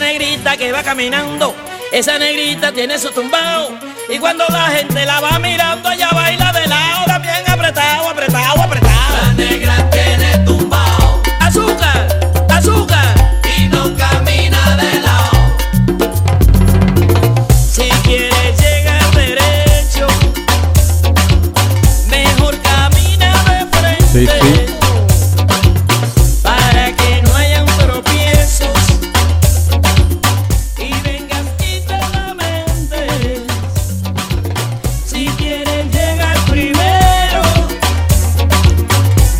negrita que va caminando. Esa negrita tiene su tumbao. Y cuando la gente la va mirando, ella baila de lado, también apretado, apretado, apretado. La negra tiene tumbao Azúcar, azúcar. y no camina de lado. Si quieres llegar derecho, mejor camina de frente. Sí, sí. Para que no hayan tropiezos y vengan mente Si quieres llegar primero,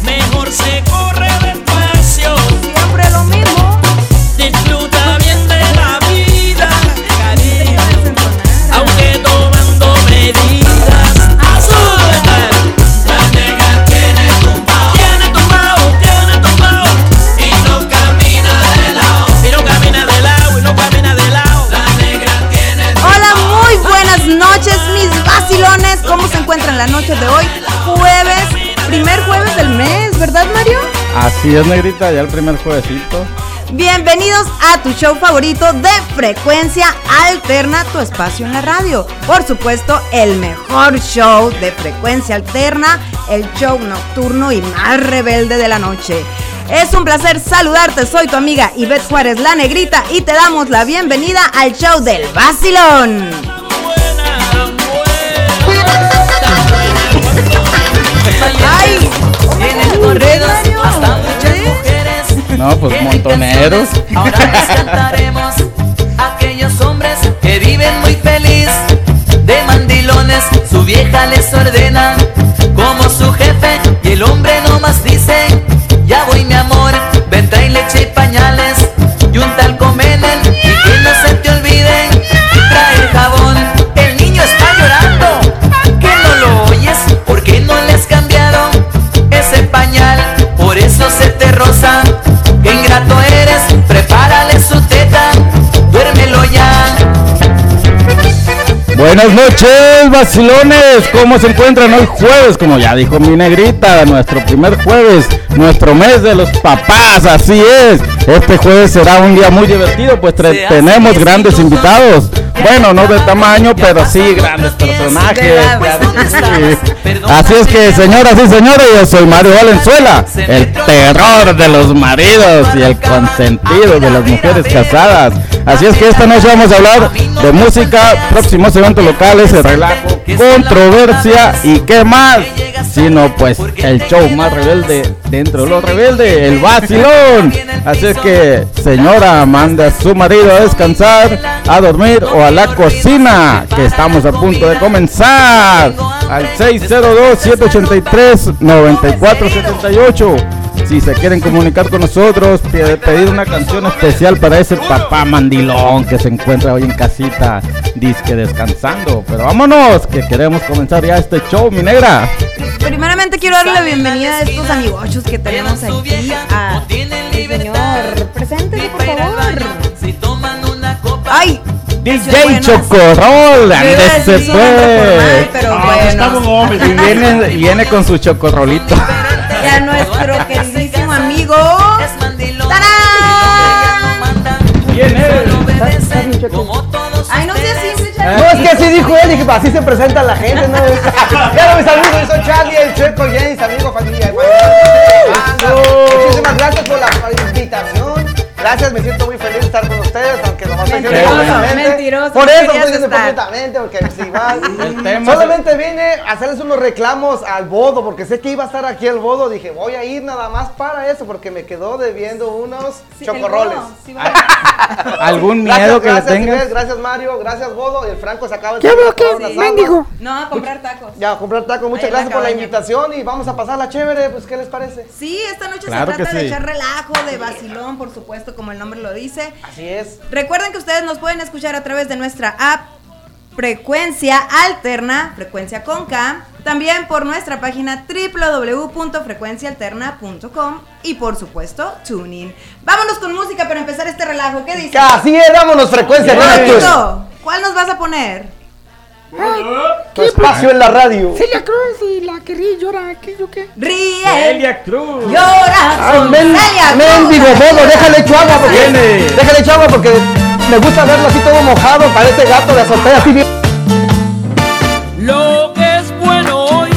mejor se corre despacio. Siempre lo mismo. Disfruta bien de la vida, cariño, Aunque aunque tomando medidas. Azúcar, La negra tiene tumbao tiene tumbao, tiene tumbao. y no camina de lado. Y no camina de lado, y no camina de lado. La negra tiene Hola, muy buenas noches, mis vacilones. ¿Cómo se encuentran la noche de hoy? Jueves, primer jueves del mes, ¿verdad, Mario? Así es, negrita, ya el primer juevesito. Bienvenidos a tu show favorito de frecuencia alterna, tu espacio en la radio. Por supuesto, el mejor show de frecuencia alterna, el show nocturno y más rebelde de la noche. Es un placer saludarte, soy tu amiga Ivette Juárez la Negrita y te damos la bienvenida al show del vacilón. Tan buena, tan buena. ¡Ay! En el corredor hasta No, pues montoneros. Ahora les cantaremos a aquellos hombres que viven muy feliz de mandilones. Su vieja les ordena como su jefe y el hombre nomás dice: Ya voy mi amor, ven trae leche y pañales y un tal comenen y que no se te olvide y trae el jabón. El niño está llorando, que no lo oyes porque no le has cambiado ese pañal, por eso se te roza. Qué ingrato eres, prepárale su teta, duérmelo ya. Buenas noches, vacilones. ¿Cómo se encuentran hoy jueves? Como ya dijo mi negrita, nuestro primer jueves, nuestro mes de los papás, así es. Este jueves será un día muy divertido, pues tra- Se hace tenemos que grandes sí, no invitados. Bueno, no de tamaño, pero sí grandes personajes. ¿verdad? Pues, Sí. ¿dónde estabas? Perdóname, Así es que, mi amor. señoras y señores, yo soy Mario Valenzuela, el terror de los maridos y el consentido de las mujeres casadas. Así es que esta noche vamos a hablar de música, próximos eventos locales, el relajo, controversia y qué más. Sino pues el show más rebelde dentro de los rebeldes, el vacilón. Así es que, señora, manda a su marido a descansar, a dormir o a la cocina, que estamos a punto de comenzar. Al 602-783-9478. Si se quieren comunicar con nosotros, pe- pedir una canción especial para ese papá mandilón que se encuentra hoy en casita, disque descansando. Pero vámonos, que queremos comenzar ya este show, mi negra. Primeramente quiero darle la bienvenida a estos amigochos que tenemos aquí. A... el Señor, preséntese por favor. Ah. Si toman una copa, ¡Ay! DJ buenas. Yo Chocorrol, iba a ande se decir su nombre formal, fue. pero Ah, bueno. estamos hombres. Y viene, y viene con su chocorrolito. Y a nuestro queridísimo amigo. es mandilón. ¡Tarán! ¿Quién es? Obedecen como todos Ay, no seas simple, Charlie. No, Ah. es que así dijo él, dije, pues, así se presenta la gente, ¿no? Claro, mis amigos, yo soy Charlie, el Checo James, amigo, familia. ¡Uh! Anda, Muchísimas gracias por la invitación. Gracias, me siento muy feliz de estar con ustedes, aunque nomás estoy Mentiroso, mentiroso, Por eso querías estoy diciendo estar. completamente, porque si va. El tema- Solamente vine a hacerles unos reclamos al bodo, porque sé que iba a estar aquí el bodo. Dije, voy a ir nada más para eso, porque me quedó debiendo unos chocorroles. ¿Algún Gracias, miedo que le gracias, tengas? Ivette, gracias Mario, gracias Godo, el Franco se acaba de ¿Qué hablo, qué? comprar unas aguas. Mendigo. No, a comprar tacos. Ya, a comprar taco, muchas Ahí en la gracias por la cabaña. invitación y vamos a pasarla chévere, pues ¿qué les parece? Sí, esta noche Claro se trata que de sí. echar relajo, de vacilón, por supuesto, como el nombre lo dice. Así es. Recuerden que ustedes nos pueden escuchar a través de nuestra app Frecuencia Alterna, Frecuencia con K, también por nuestra página www.frecuencialterna.com y por supuesto TuneIn. Vámonos con música para empezar este relajo. ¿Qué dices? Así es, vámonos frecuencia en la radio. Marquito, ¿Cuál nos vas a poner? Tu espacio en la radio. Celia Cruz y la que ríe y llora, ¿qué yo qué? Ríe, llora, Ah, men- Celia Cruz. mendigo bodo, déjale hecho agua porque Viene. déjale hecho agua porque Me gusta verlo así todo mojado, parece gato de azotea, así bien. Lo que es bueno hoy,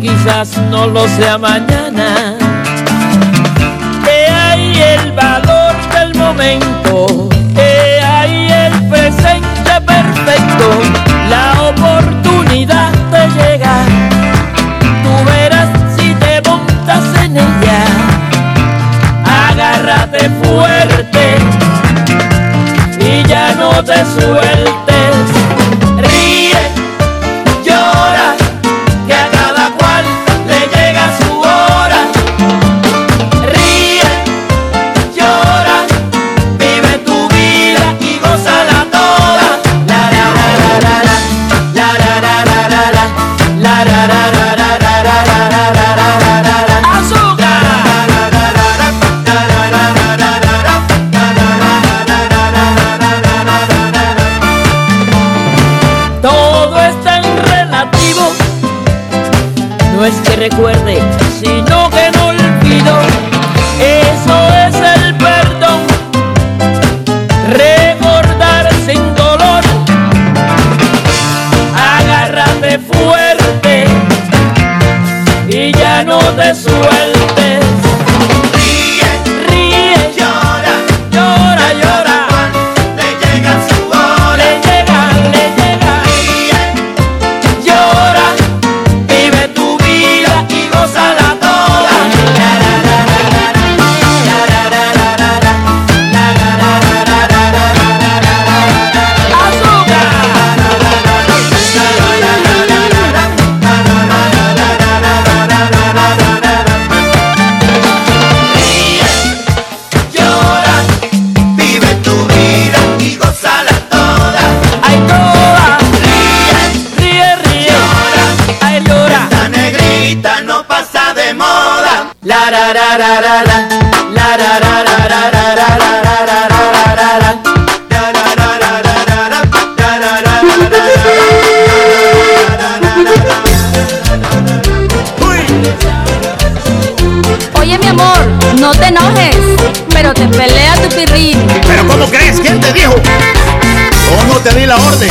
quizás no lo sea mañana. He ahí el valor del momento, he ahí el presente perfecto, la oportunidad te llega. Tú verás si te montas en ella, agárrate fuerte y ya no te sueltes. Ríe, llora, que a cada cual le llega su hora. Ríe, llora, vive tu vida y gózala toda. La la la la la la, la la la la la la, la la la la la la la la la la la la la. Azúcar. Todo es tan relativo. No es que recuerde, sino que no olvido. Eso es el perdón. Recordar sin dolor. Agárrate fuerte y ya no te sueltes. Ríe, ríe, llora, llora, llora. Le llega, le llega. Llora, vive tu vida y gózala toda. Llora, vive tu vida y gózala toda. Ay, llora, Ríe, ríe, ríe. Ay, llora. la negrita no pasa de moda. La ra ra ra ra ra. La ra ra ra ra ra ra ra ra ra ra ra ra. La la la la la la la, la la la la la la. Oye, mi amor, no te enojes, pero te pelea tu pirrín. ¿Pero cómo crees? ¿Quién te dijo? ¿O no te di la orden?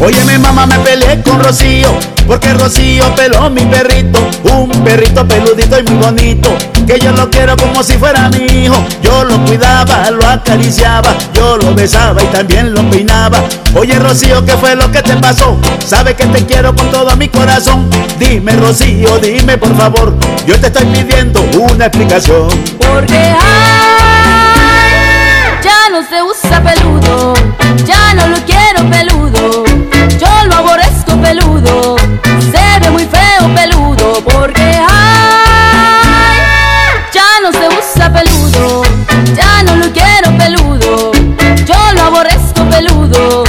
Oye, mi mamá me peleé con Rocío, porque Rocío peló mi perrito, un perrito peludito y muy bonito, que yo lo quiero como si fuera mi hijo. Yo lo cuidaba, lo acariciaba, yo lo besaba y también lo peinaba. Oye, Rocío, ¿qué fue lo que te pasó? Sabes que te quiero con todo mi corazón. Dime, Rocío, dime por favor, yo te estoy pidiendo una explicación. Porque ay, ya no se usa peludo, ya no lo quiero peludo, yo lo aborrezco peludo, se ve muy feo peludo. Porque ay, ya no se usa peludo, ya no lo quiero peludo, yo lo aborrezco peludo,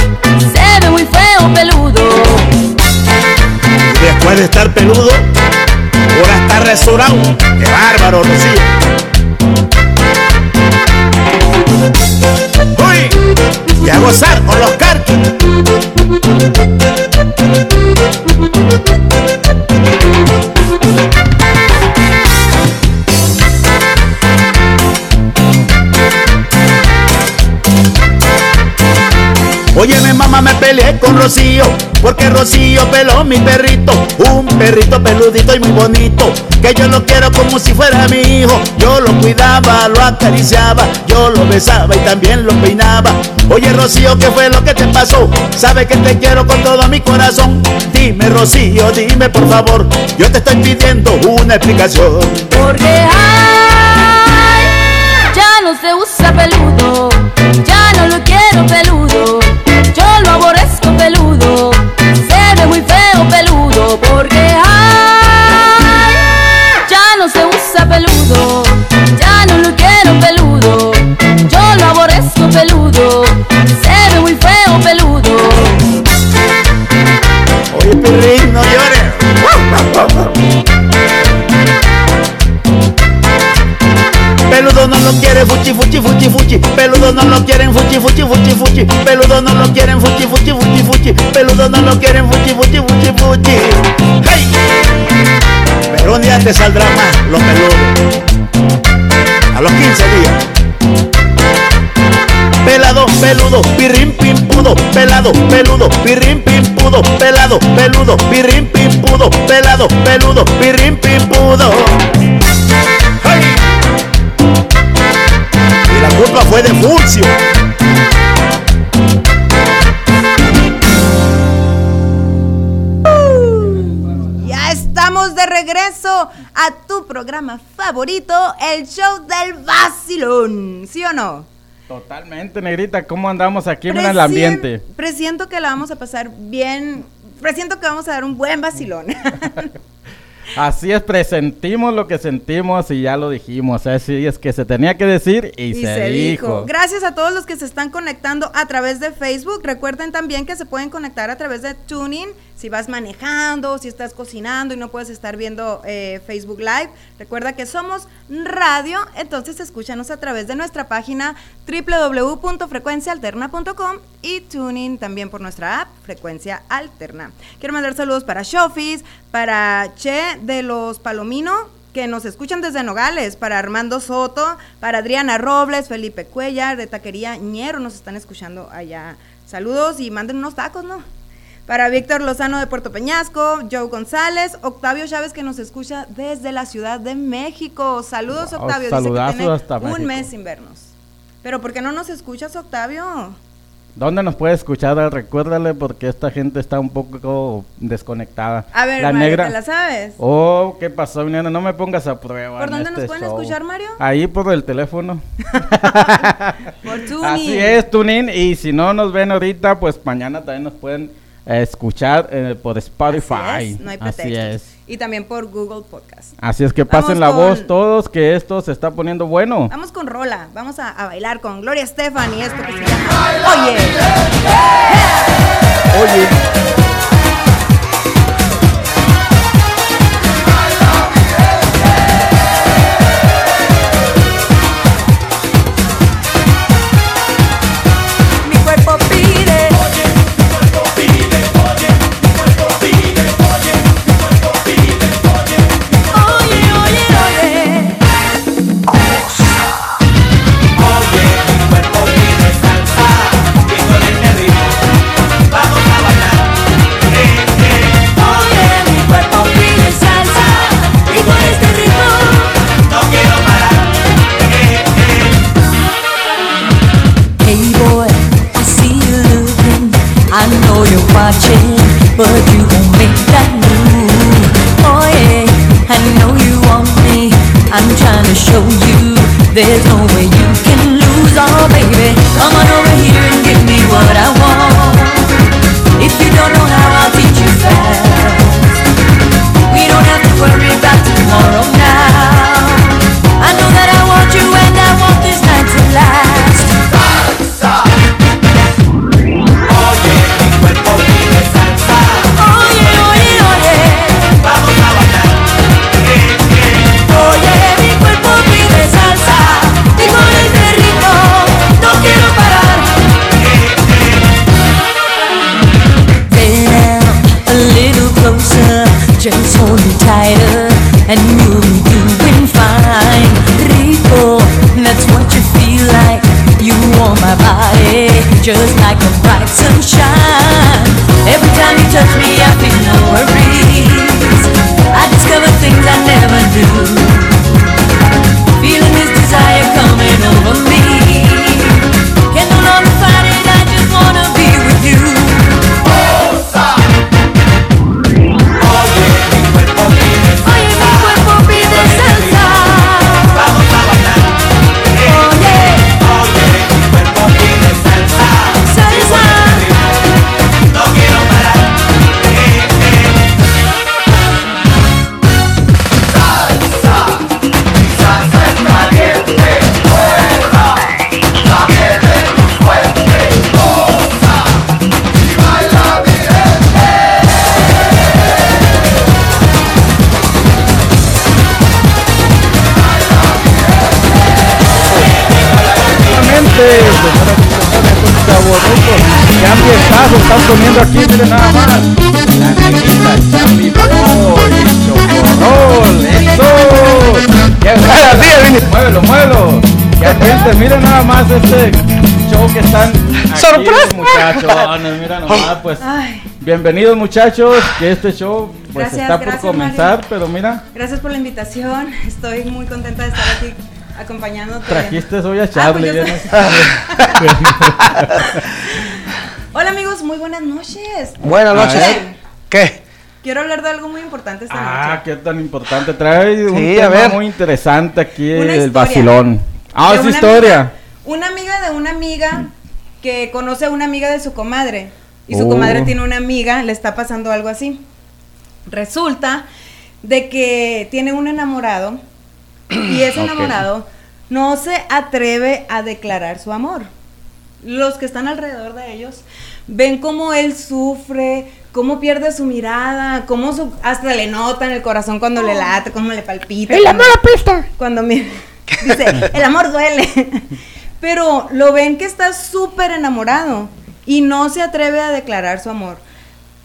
se ve muy feo peludo. Después de estar peludo, ahora está restaurado. ¡Qué bárbaro, Rocío! ¡Uy! Y a gozar con los carquis. Oye, mi mamá me peleé con Rocío, porque Rocío peló mi perrito, un perrito peludito y muy bonito, que yo lo quiero como si fuera mi hijo. Yo lo cuidaba, lo acariciaba, yo lo besaba y también lo peinaba. Oye, Rocío, ¿qué fue lo que te pasó? Sabes que te quiero con todo mi corazón. Dime, Rocío, dime por favor, yo te estoy pidiendo una explicación. Porque ay, ya no se usa peludo, ya no lo quiero peludo, yo lo aborrezco peludo, se ve muy feo peludo. Porque ay, ya no se usa peludo, ya no lo quiero peludo, yo lo aborrezco peludo, se ve muy feo peludo. Oye, perrín, no llores. Peludo no lo quiere, fuchi, fuchi, fuchi, fuchi. Peludo no lo quieren, fuchi, fuchi, fuchi, fuchi. Peludo no lo quieren, fuchi, fuchi, fuchi, fuchi. Peludo no lo quieren, fuchi, fuchi, fuchi, fuchi. ¡Hey! Pero un día te saldrá más los peludos. A los 15 días. Pelado, peludo, pirrín, pimpudo, pelado, peludo, pirrín, pimpudo, pelado, peludo, pirrín, pimpudo, pelado, peludo, pirrín, pimpudo. ¡Ay! Y la culpa fue de Furcio. Ya estamos de regreso a tu programa favorito, el show del vacilón. ¿Sí o no? Totalmente, negrita, ¿cómo andamos aquí? Mira el ambiente. Presiento que la vamos a pasar bien. Presiento que vamos a dar un buen vacilón. Así es, presentimos lo que sentimos y ya lo dijimos. Así es que se tenía que decir y, se, dijo. Gracias a todos los que se están conectando a través de Facebook. Recuerden también que se pueden conectar a través de Tuning. Si vas manejando, si estás cocinando y no puedes estar viendo eh, Facebook Live, recuerda que somos radio, entonces escúchanos a través de nuestra página www.frecuencialterna.com y tuning también por nuestra app Frecuencia Alterna. Quiero mandar saludos para Shofis, para Che de los Palomino, que nos escuchan desde Nogales, para Armando Soto, para Adriana Robles, Felipe Cuellar, de Taquería Ñero, nos están escuchando allá. Saludos y manden unos tacos, ¿no? Para Víctor Lozano de Puerto Peñasco, Joe González, Octavio Chávez que nos escucha desde la Ciudad de México. Saludos, Wow, Octavio. Dice que saludazos tiene hasta México. un mes sin vernos. Pero ¿por qué no nos escuchas, Octavio? ¿Dónde nos puede escuchar? Recuérdale porque esta gente está un poco desconectada. A ver, la Mario, negra. ¿te la sabes? Oh, ¿qué pasó, mi nena? No me pongas a prueba. ¿Por en dónde nos este pueden show. escuchar, Mario? Ahí por el teléfono. Por tuning. Así es, Tunin. Y si no nos ven ahorita, pues mañana también nos pueden eh, escuchar eh, por Spotify. Así es, no hay Así pretextos. es. Y también por Google Podcast. Así es que Vamos pasen la con- voz todos, que esto se está poniendo bueno. Vamos con Rola, vamos a, a bailar con Gloria Estefan y esto que se llama Oye. Oye. Mi cuerpo pide. Oye, oye, oye. Oye, mi cuerpo pide salsa y con este ritmo no quiero parar. Hey boy, I see you looking. I know you're watching, but you won't make that move. Oh yeah, I know you want me. I'm trying to show you there's no way you can lose. Oh baby, come on over here and give me what I want. If you don't know how, I'll teach you fast. We don't have to worry about tomorrow now. I know that I want you and I want this night to last. Oye, oye, oye. Oye, mi cuerpo pide salsa y con este ritmo no quiero parar. Stay down a little closer, just hold me tighter, and you'll be doing fine. Rico, that's what you feel like. You want my body, just like a bright sunshine. Every time you touch me, I feel no worries. I discover things I never do. Feeling this desire coming over me. Can no longer fight it, I just wanna be with you. Oye, mi cuerpo pide salsa. Vamos a bailar. Oye, oye, mi cuerpo pide salsa. Salsa. No quiero parar. Salsa, salsa es caliente, fuerza, la gente es fuerte, goza y baila bien. Exactamente, señoras y señores, estos chavorrucos, qué ambientazo están poniendo aquí, miren nada más. La negrita Charlie Boy, Chocó. Sol, eso. Ya, ahora sí, Vini. Muévelo, muévelo. Ya, gente, miren nada más este show que están. aquí, Sorpresa. Muchachones, mira nomás, pues. Ay, Bienvenidos, muchachos, que este show pues Gracias, está por gracias, comenzar, Mario. pero mira, gracias por la invitación. Estoy muy contenta de estar aquí acompañándote. trajiste hoy a Ah, Charlie. pues yo ya no sé. sé. Hola amigos, muy buenas noches. Buenas A noches. ver. ¿Qué? Quiero hablar de algo muy importante esta Ah, noche. qué tan importante. Trae un Sí, tema a ver. muy interesante aquí Una el historia. vacilón. Ah, De es una historia. amiga- una amiga de una amiga que conoce a una amiga de su comadre. Y su Oh. comadre tiene una amiga, le está pasando algo así. Resulta de que tiene un enamorado y ese Ok. enamorado no se atreve a declarar su amor. Los que están alrededor de ellos ven cómo él sufre, cómo pierde su mirada, cómo su- hasta le notan el corazón cuando le late, cómo le palpita. ¡El cuando- amor apesta! cuando me dice, el amor duele. Pero lo ven que está súper enamorado y no se atreve a declarar su amor.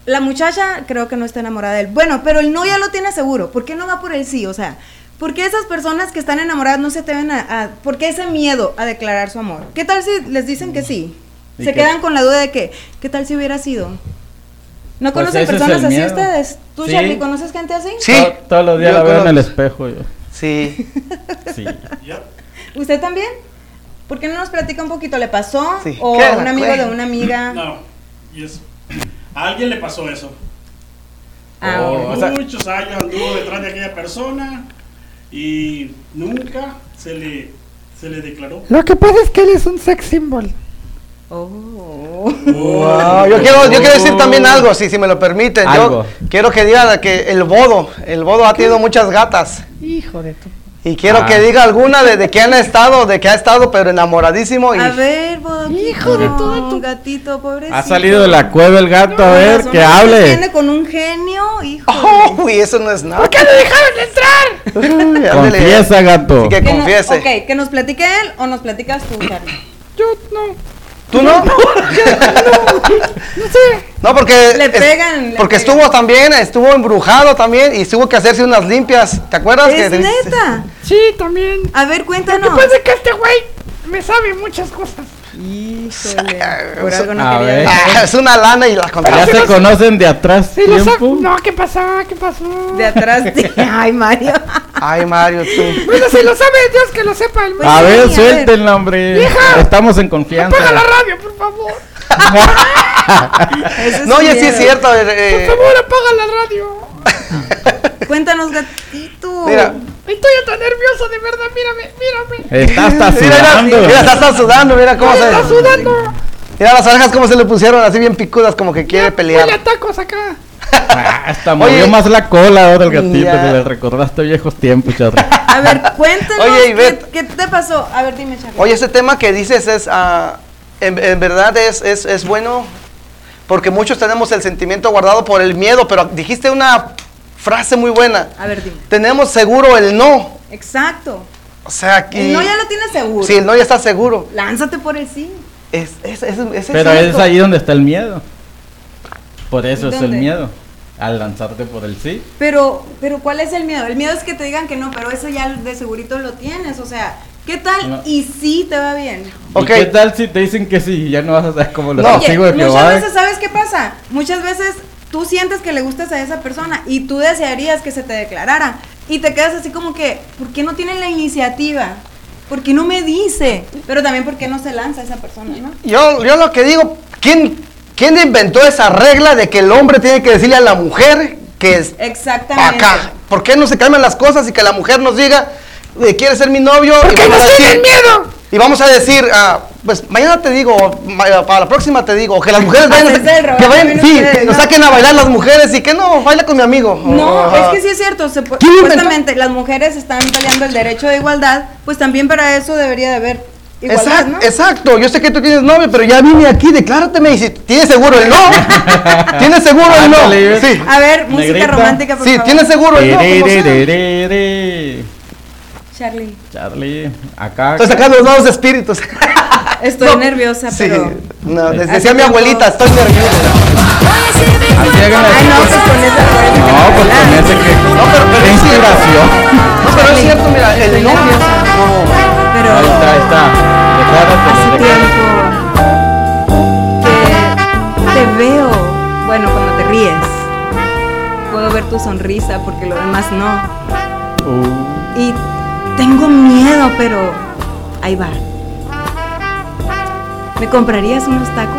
La muchacha creo que no está enamorada de él. Bueno, pero el no ya lo tiene seguro. ¿Por qué no va por el sí? O sea, ¿por qué esas personas que están enamoradas no se atreven a, a- ¿Por qué ese miedo a declarar su amor? ¿Qué tal si les dicen que sí? ¿Y Se qué? quedan con la duda de que, ¿qué tal si hubiera sido? ¿No Pues conocen ese es personas el así miedo. ustedes? ¿Tú, Sí. Charlie, conoces gente así? Sí. To- todos los días Yo la veo en el conozco. espejo yo. Sí. Sí. ¿Usted también? ¿Por qué no nos platica un poquito? ¿Le pasó? Sí. ¿O ¿Qué a un recuerdo? amigo de una amiga? No, y eso. A alguien le pasó eso. Ah, ok. Oh, o sea- Muchos años anduvo detrás de aquella persona y nunca se le, se le declaró. Lo que pasa es que él es un sex symbol. Oh. Wow, yo quiero, yo quiero decir también algo, si, si me lo permiten. Algo. Yo quiero que digan que el bodo, el bodo ha tenido muchas gatas. Hijo de tu. Y quiero Ah. que diga alguna de, de que han estado, de que ha estado, pero enamoradísimo. Y A ver, bodoquito. Hijo de todo tu- gatito, pobrecito. Ha salido de la cueva el gato, a ver, que hable. Tiene con un genio, hijo. Oh, uy, eso no es nada. ¿Por qué lo dejaron entrar? Uy, ándele. Confiesa, gato. Así eh, que Que no- confiese. ok, que nos platique él o nos platicas tú, Charlie. Yo no. ¿Tú no? No sé. No, porque. Le es- pegan, le porque pegan. estuvo también, estuvo embrujado también y tuvo que hacerse unas limpias. ¿Te acuerdas? que Es te- neta. Sí, también. A ver, cuéntanos. Después de que este güey me sabe muchas cosas. Híjole, por algo A no quería. ver. Ah, es una lana y la Ya contamos. se conocen de atrás Sí, lo sabe. tiempo. No, ¿qué pasa? ¿Qué pasó? De atrás. de- Ay, Mario. Ay, Mario, tú. Bueno, si lo sabe Dios que lo sepa el güey. Pues sí, A a ver, ver. suéltenla, hombre. Vieja. Estamos en confianza. Apaga la radio, por favor. Eso No, oye, sí miedo. es cierto. eh, eh, Por favor, apaga la radio. Cuéntanos, gatito. Mira. Estoy tan nervioso, de verdad. Mírame, mírame. Está hasta Mira, sudando. mira, mira, está, está sudando, mira cómo se. Está sudando. Mira las orejas cómo se le pusieron así bien picudas, como que quiere Huele pelear. a tacos acá. Ah, Hasta movió Oye. más la cola ahora el gatito Ya. que le recordaste viejos tiempos, Charlie. A ver, cuéntanos. Oye, ¿qué, Ivette. ¿Qué te pasó? A ver, dime, Charlie. Oye, ese tema que dices es, ah, en, en verdad es, es, es bueno, porque muchos tenemos el sentimiento guardado por el miedo, pero dijiste una frase muy buena. A ver, dime. Tenemos seguro el no. Exacto. O sea, que... El no ya lo tienes seguro. Sí, el no ya está seguro. Lánzate por el sí. Es, es, es, es- es Pero es cierto. ahí donde está el miedo. Por eso es el ¿Dónde? miedo. Al lanzarte por el sí. Pero, pero ¿cuál es el miedo? El miedo es que te digan que no, pero eso ya de segurito lo tienes. O sea, ¿qué tal? No. Y sí te va bien. ¿Y Ok. qué tal si te dicen que sí? Ya no vas a saber cómo lo No. consigo de muchas Jehová. veces, ¿sabes qué pasa? Muchas veces tú sientes que le gustas a esa persona y tú desearías que se te declarara. Y te quedas así como que, ¿por qué no tiene la iniciativa? ¿Por qué no me dice? Pero también, ¿por qué no se lanza esa persona, no? Yo, yo lo que digo, ¿quién, ¿quién inventó esa regla de que el hombre tiene que decirle a la mujer que es Exactamente. acá? ¿Por qué no se calman las cosas y que la mujer nos diga, eh, quieres ser mi novio? y Porque vamos nos a decir- tienen miedo. Y vamos a decir, ah, pues mañana te digo, o ma- eh, para la próxima te digo, o que las mujeres vayan, Hacerse el rogar que vayan, también sí, ustedes, que nos ¿no? saquen a bailar las mujeres y que no, baila con mi amigo. No, Ajá. es que sí es cierto. se pu- ¿Quién inventó? supuestamente las mujeres están peleando el derecho de igualdad, pues también para eso debería de haber igualdad, Exact- ¿no? Exacto, yo sé que tú tienes novio, pero ya vine aquí, declárateme y si tienes seguro el no, tienes seguro el no, Ándale, sí, A ver, música Negrita. romántica, por sí, favor. tienes seguro el no, como sea. Tiririririri. Charlie, Charlie, acá. acá. estoy sacando los nuevos espíritus, estoy nerviosa, sí, Ah, pero... no, les Así decía mi que abuelita, todo. estoy nerviosa, Oye, Silvia, Así háganle. Ay, no, pues con esa no es. No, pues con ese que. qué inspiración. No, pero es cierto, mira, el novio. Pero Ahí está, ahí está. hace Declárate, declárate. tiempo que te veo. Bueno, cuando te ríes. Puedo ver tu sonrisa porque lo demás no. Uh. Y tengo miedo, pero ahí va. ¿Me comprarías unos tacos?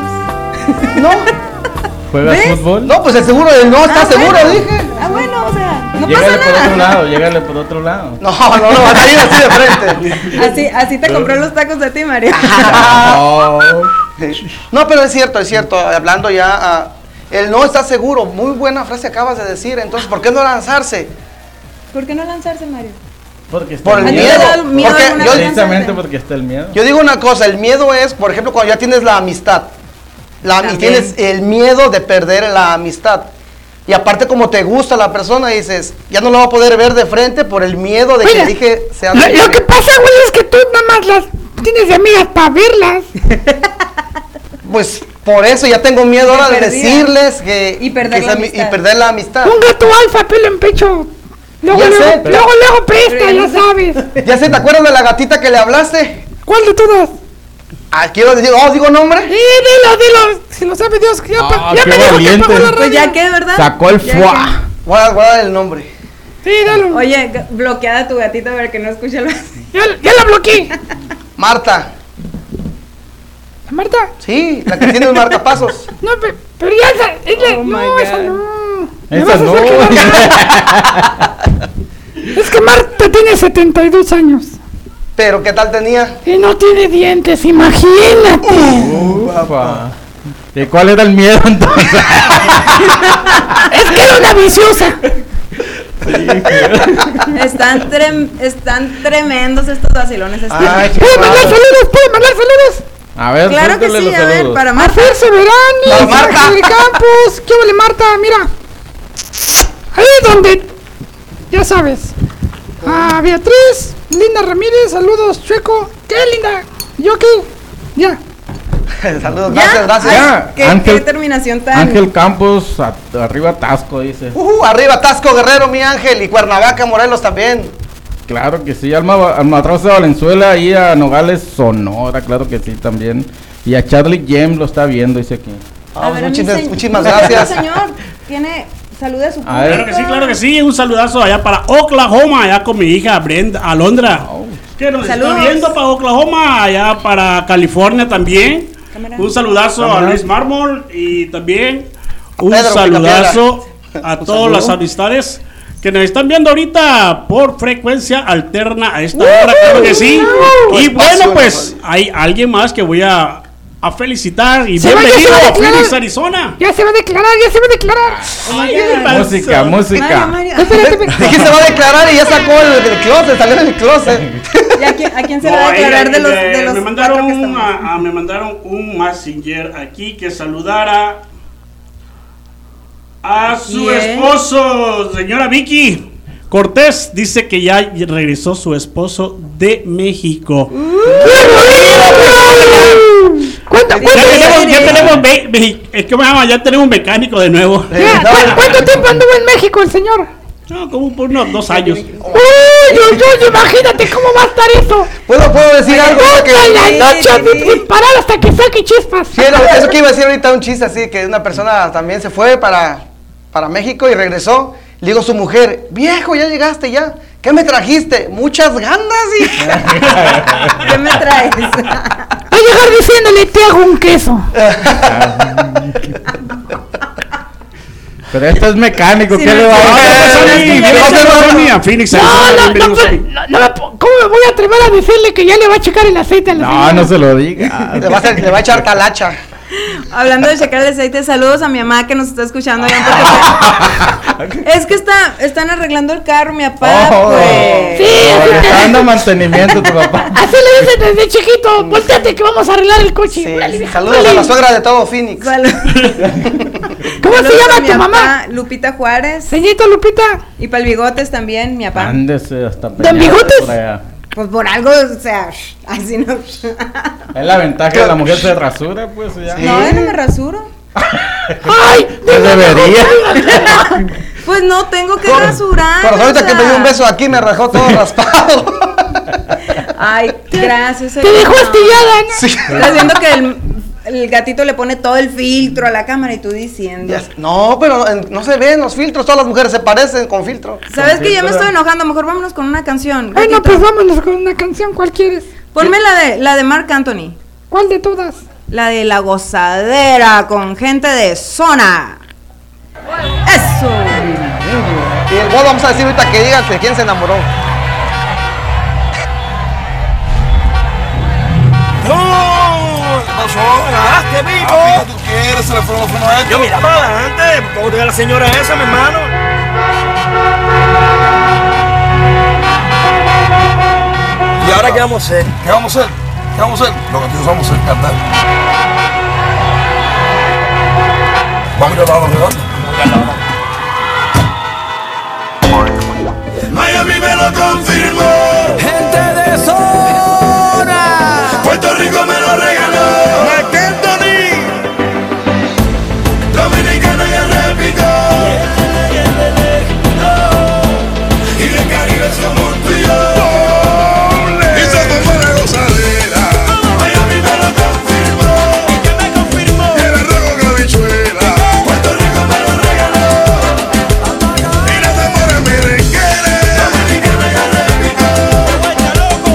¿Juegas ¿Ves? fútbol? No, pues el seguro del no, Ah, ¿estás seguro? bueno. Dije. Ah, bueno, o sea, no Llégale por pasa otro nada. lado, llégale por otro lado. No, no, no, van a ir así de frente. Así, así te compró los tacos de ti, María. No. No, pero es cierto, es cierto. Hablando ya, ah, el no está seguro. Muy buena frase acabas de decir. Entonces, ¿por qué no lanzarse? ¿Por qué no lanzarse, Mario? Porque está Por el ¿A ti te miedo. da miedo Porque alguna yo- vez Precisamente lanzarte? porque está el miedo. Yo digo una cosa, el miedo es, por ejemplo, cuando ya tienes la amistad. La, y También. tienes el miedo de perder la amistad. Y aparte como te gusta la persona, dices, ya no lo va a poder ver de frente por el miedo de Mira, que dije sea... Lo, lo que pasa, güey, es que tú nada más las tienes de amigas para verlas. Pues por eso ya tengo miedo ahora de perdida. decirles que... Y perder la que sea mi- amistad. Y perder la amistad. Un gato alfa, pelo en pecho. Luego, Ya luego, sé, pero- luego, Pero luego ya presta, ya no sé. sabes. Ya se te acuerdas de la gatita que le hablaste. ¿Cuál de todas? Ah, quiero decir, oh, digo Sí, nombre. dilo, dilo. Si lo sabe Dios, que ya, pa- Ah, ya qué me dijo que valiente. pagó la radio. Pues ya que, ¿verdad? Sacó el Ya fuá. Guarda, guarda el nombre. Sí, dalo. que- Oye, g- bloqueada tu gatita para que no escuche el Ya, ya la bloqueé. Marta. ¿La Marta? Sí, la que tiene un marcapasos. No, pe- pero ya esa. es la- Oh, my no, God. esa no. Me Esa vas a no. hacer que- es que Marta tiene 72 años. Pero ¿qué tal tenía? Y no tiene dientes, imagínate. Ufa. ¿Y cuál era el miedo entonces? Es que era una viciosa. Están, trem- están tremendos estos vacilones. están- Ay, qué ¿Puedo mandar padre. saludos? ¿Puedo mandar saludos? A ver, claro que suéltale sí, los a ver, saludos. Ah, para A más. pues, Fer Severani, La Marta. Ángel Campos. ¿Qué vale Marta? Mira. Ahí donde. Ya sabes. A Beatriz, Linda Ramírez, saludos, Chueco. ¡Qué linda! ¿Yo qué? Ya. Saludos, ¿Ya? gracias, gracias. Ya. ¿Qué, Ángel- qué terminación tan. Ángel Campos, a- arriba Tasco, dice. Ujú, arriba Tasco Guerrero, mi ángel, y Cuernavaca, Morelos también. Claro que sí, Alma, Va- Alma Traza de Valenzuela y a Nogales Sonora, claro que sí también. Y a Charlie James lo está viendo, dice aquí. A ver, a mi muchísimas, se- Ah, muchísimas a ver, gracias. señor, tiene saluda a su A ver. público. Claro que sí, claro que sí. Un saludazo allá para Oklahoma, allá con mi hija Brenda Alondra. Que nos Saludos. está viendo para Oklahoma, allá para California también. Cámara. Un saludazo a Luis Mármol y también un Pedro saludazo a todas las amistades que nos están viendo ahorita por frecuencia alterna a esta hora, claro que sí. Y bueno, pues hay alguien más que voy a, a felicitar y Se va, ya bienvenido se va, a claro. Phoenix, Arizona. Ya se va a declarar, ya se va a declarar. Ay, Música, Mario, música. Mario. Espérate, espérate. Dije se va a declarar y ya sacó el, el closet, salió del closet. ¿Y a quién, a quién se No, le va a ahí, declarar ahí, de los, eh, de los me cuatro mandaron que estamos? a- a- me mandaron un messenger aquí que saludara a su ¿Quién? esposo, señora Vicky Cortés. Dice que ya regresó su esposo de México. ¿Cuánto, Ya cuánto, tenemos, ya tenemos ve- ve- es que me llama, ya tenemos un mecánico de nuevo. ya, cu- cuánto tiempo anduvo en México el señor? No, como por unos dos años. Oh, Uy, uy, uy, imagínate cómo va a estar eso. ¿Puedo, puedo decir algo? Toda la Que, noche sin parar hasta que saque chispas. Sí, era- eso que iba a decir ahorita un chiste así, que una persona también se fue para, para México y regresó. Le digo a su mujer, viejo, ya llegaste ya. ¿Qué me trajiste? Muchas ganas, hija. ¿Qué me traes? Va a llegar diciéndole, te hago un queso. Pero este es mecánico, Sí, ¿qué no, le va sí, Ah, pues, a sí, Sony, sí, hacer? bienvenidos a Sony, a Phoenix, No, Arizona, Ah, no, no, bienvenidos me- a- no, no me po- ¿cómo me voy a atrever a decirle que ya le va a checar el aceite a la No, señora? no se lo diga. Le va, a hacer- le va a echar talacha. Hablando de checar el aceite, saludos a mi mamá que nos está escuchando. allá en Puerto Rico. es que está, están arreglando el carro, mi papá. Oh. pues. Sí, Ahora así, le está te- dando mantenimiento tu papá. así le dicen desde chiquito, volteate que vamos a arreglar el coche. Sí, Órale, vieja, Saludos a órale. la suegra de todo Phoenix. Saludos ¿Cómo se a llama mi tu mamá? papá, Lupita Juárez. Señorita Lupita, Y para el bigotes también, mi papá. Ándese hasta ¿Don Peñatas Bigotes? por allá. Pues por algo, o sea, así no. Eh. Es la ventaja de la mujer se rasura, pues ya. No, yo no me rasuro. ¡Ay! No debería. Pues no, tengo que rasurar. Por ahorita Ah, o que sea. me dio un beso aquí me rajó todo raspado. Ay, gracias. ¡Te dejó este astillada! ¿no? Sí. Estás viendo que el, el gatito le pone todo el filtro a la cámara y tú diciendo. Ya sé. No, pero en- no se ven los filtros, todas las mujeres se parecen con filtro. ¿Sabes que ya me estoy enojando? Mejor vámonos con una canción. Bueno, gatito. pues vámonos con una canción. ¿Cuál quieres? Ponme la de, la de Marc Anthony. ¿Cuál de todas? La de la gozadera con gente de zona. Eso. Y el bodo vamos a decir ahorita que digas de quién se enamoró. Yo miraba a la gente, ¿cómo te ve la señora esa, mi hermano? ¿Y ahora qué vamos a hacer? ¿Qué vamos a hacer? ¿Qué vamos a hacer? Lo que nosotros vamos a hacer, cantar. Vamos a ir a la redonda. Miami me lo confirmó. Gente de zona. Puerto Rico me lo regaló. McKentonny. Dominicana y el repito. Y de Caribe somos tú y yo. Y se tomó la gozadera. Miami me lo confirmó. ¿Y qué me confirmó? El arroz con habichuela. Puerto Rico me lo regaló. Y la demora me requiere. Dominicana y el repito.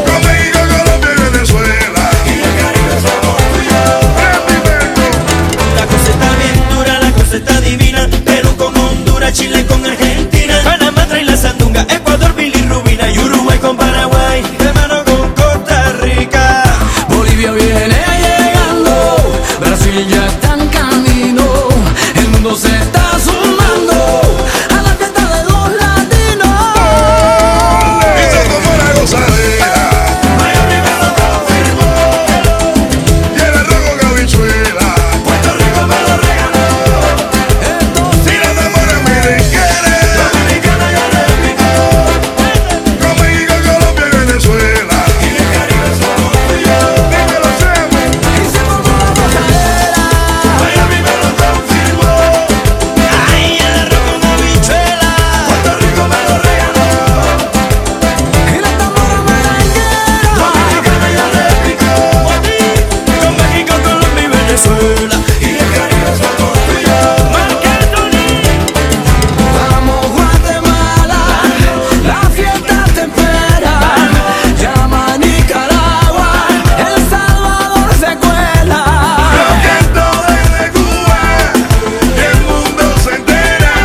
Con México, Colombia y Venezuela. Y de Caribe somos tú y yo. Repito. La cosa está bien dura, la cosa está divina. Perú con Honduras, Chile con Argentina. Panamá trae la sandunga, Ecuador bilirrubina y Uruguay con Paraguay, hermano con Costa Rica. Bolivia viene llegando, Brasil ya está en camino. El mundo se está sumando a la fiesta de los latinos. Y se tomó la gozadera. Miami me lo confirmó. Y el arroz con habichuela Puerto Rico me lo regaló Si la demora me requiere Dominicana yo repito Con México, Colombia y Venezuela Y de Caribe somos tú y yo Dímelo, Chema Hicimos una gozadera Miami me lo confirmó Ay, el arroz con habichuela Puerto Rico me lo regaló Y la demora me requiere Dominicana yo repito con México, Colombia y Venezuela Y de Caribe somos tú y yo Vamos Guatemala La fiesta te espera Llama a Nicaragua El Salvador se cuela Lo que desde Cuba El mundo se entera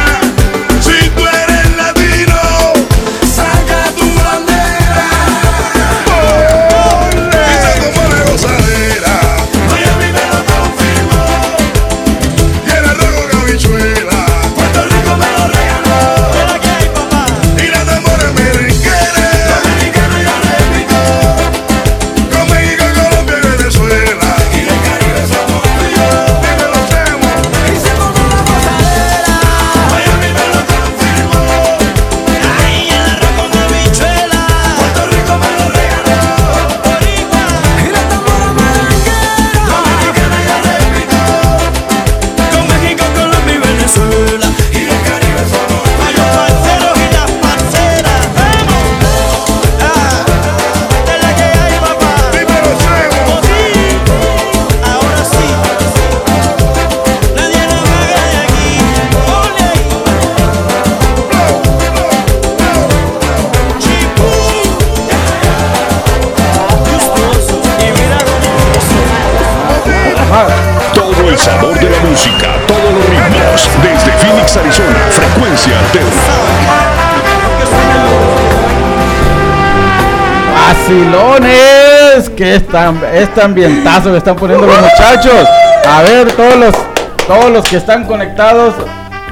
Si tú eres latino Saca tu bandera Y se tomó la gozadera Miami me lo confirmó Y el arroz con habichuela Puerto Rico me lo regaló Y la demora me requiere Dominicana yo repito Con México, Colombia y Venezuela Y del Caribe somos tú y yo Dímelo, Chemo Hicimos una gozadera Miami me lo confirmó Ay, el arroz con habichuela Puerto Rico me lo regaló y la tambora maranguera Dominicana yo repito Con México, Colombia y Venezuela Y del Caribe somos A los parceros y las parceras ¡Vamos! ¡Esta es la que hay, papá! ¡Dímelo, Sebo! sí! ¡Ahora sí! ¡Nadie nos haga de aquí! ¡Ole! ¡Chipú! gustoso y mira Todo el sabor de la música, todos los ritmos. Desde Phoenix, Arizona, frecuencia alterna. Vacilones, que están, este ambientazo que están poniendo los muchachos. A ver, todos los, todos los que están conectados,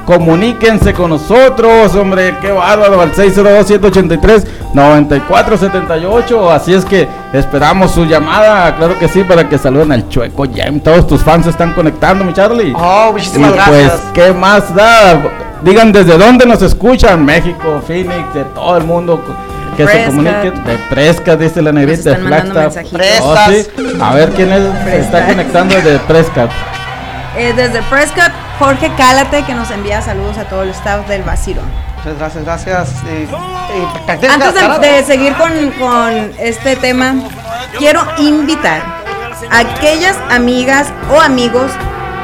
comuníquense con nosotros, hombre, qué bárbaro, al 602-183-9478. Así es que esperamos su llamada, claro que sí, para que saluden al Chueco Jam. Todos tus fans se están conectando, mi Charlie. Oh, Y muchísimas pues, gracias. ¿qué más da? Digan desde dónde nos escuchan, México, Phoenix, de todo el mundo que se Fresca. comunique. De Presca, dice la Nos negrita de están mandando Flagstaff. mensajitos. Fresca. Oh, sí. A ver quién es, se está Fresca. conectando de Presca. Eh, desde Prescott, Jorge Cálate, que nos envía saludos a todo el staff del Vacirón. Muchas gracias, gracias. eh, eh, Cactus Antes de, Cascarado. de seguir con, con este tema, quiero invitar a aquellas amigas o amigos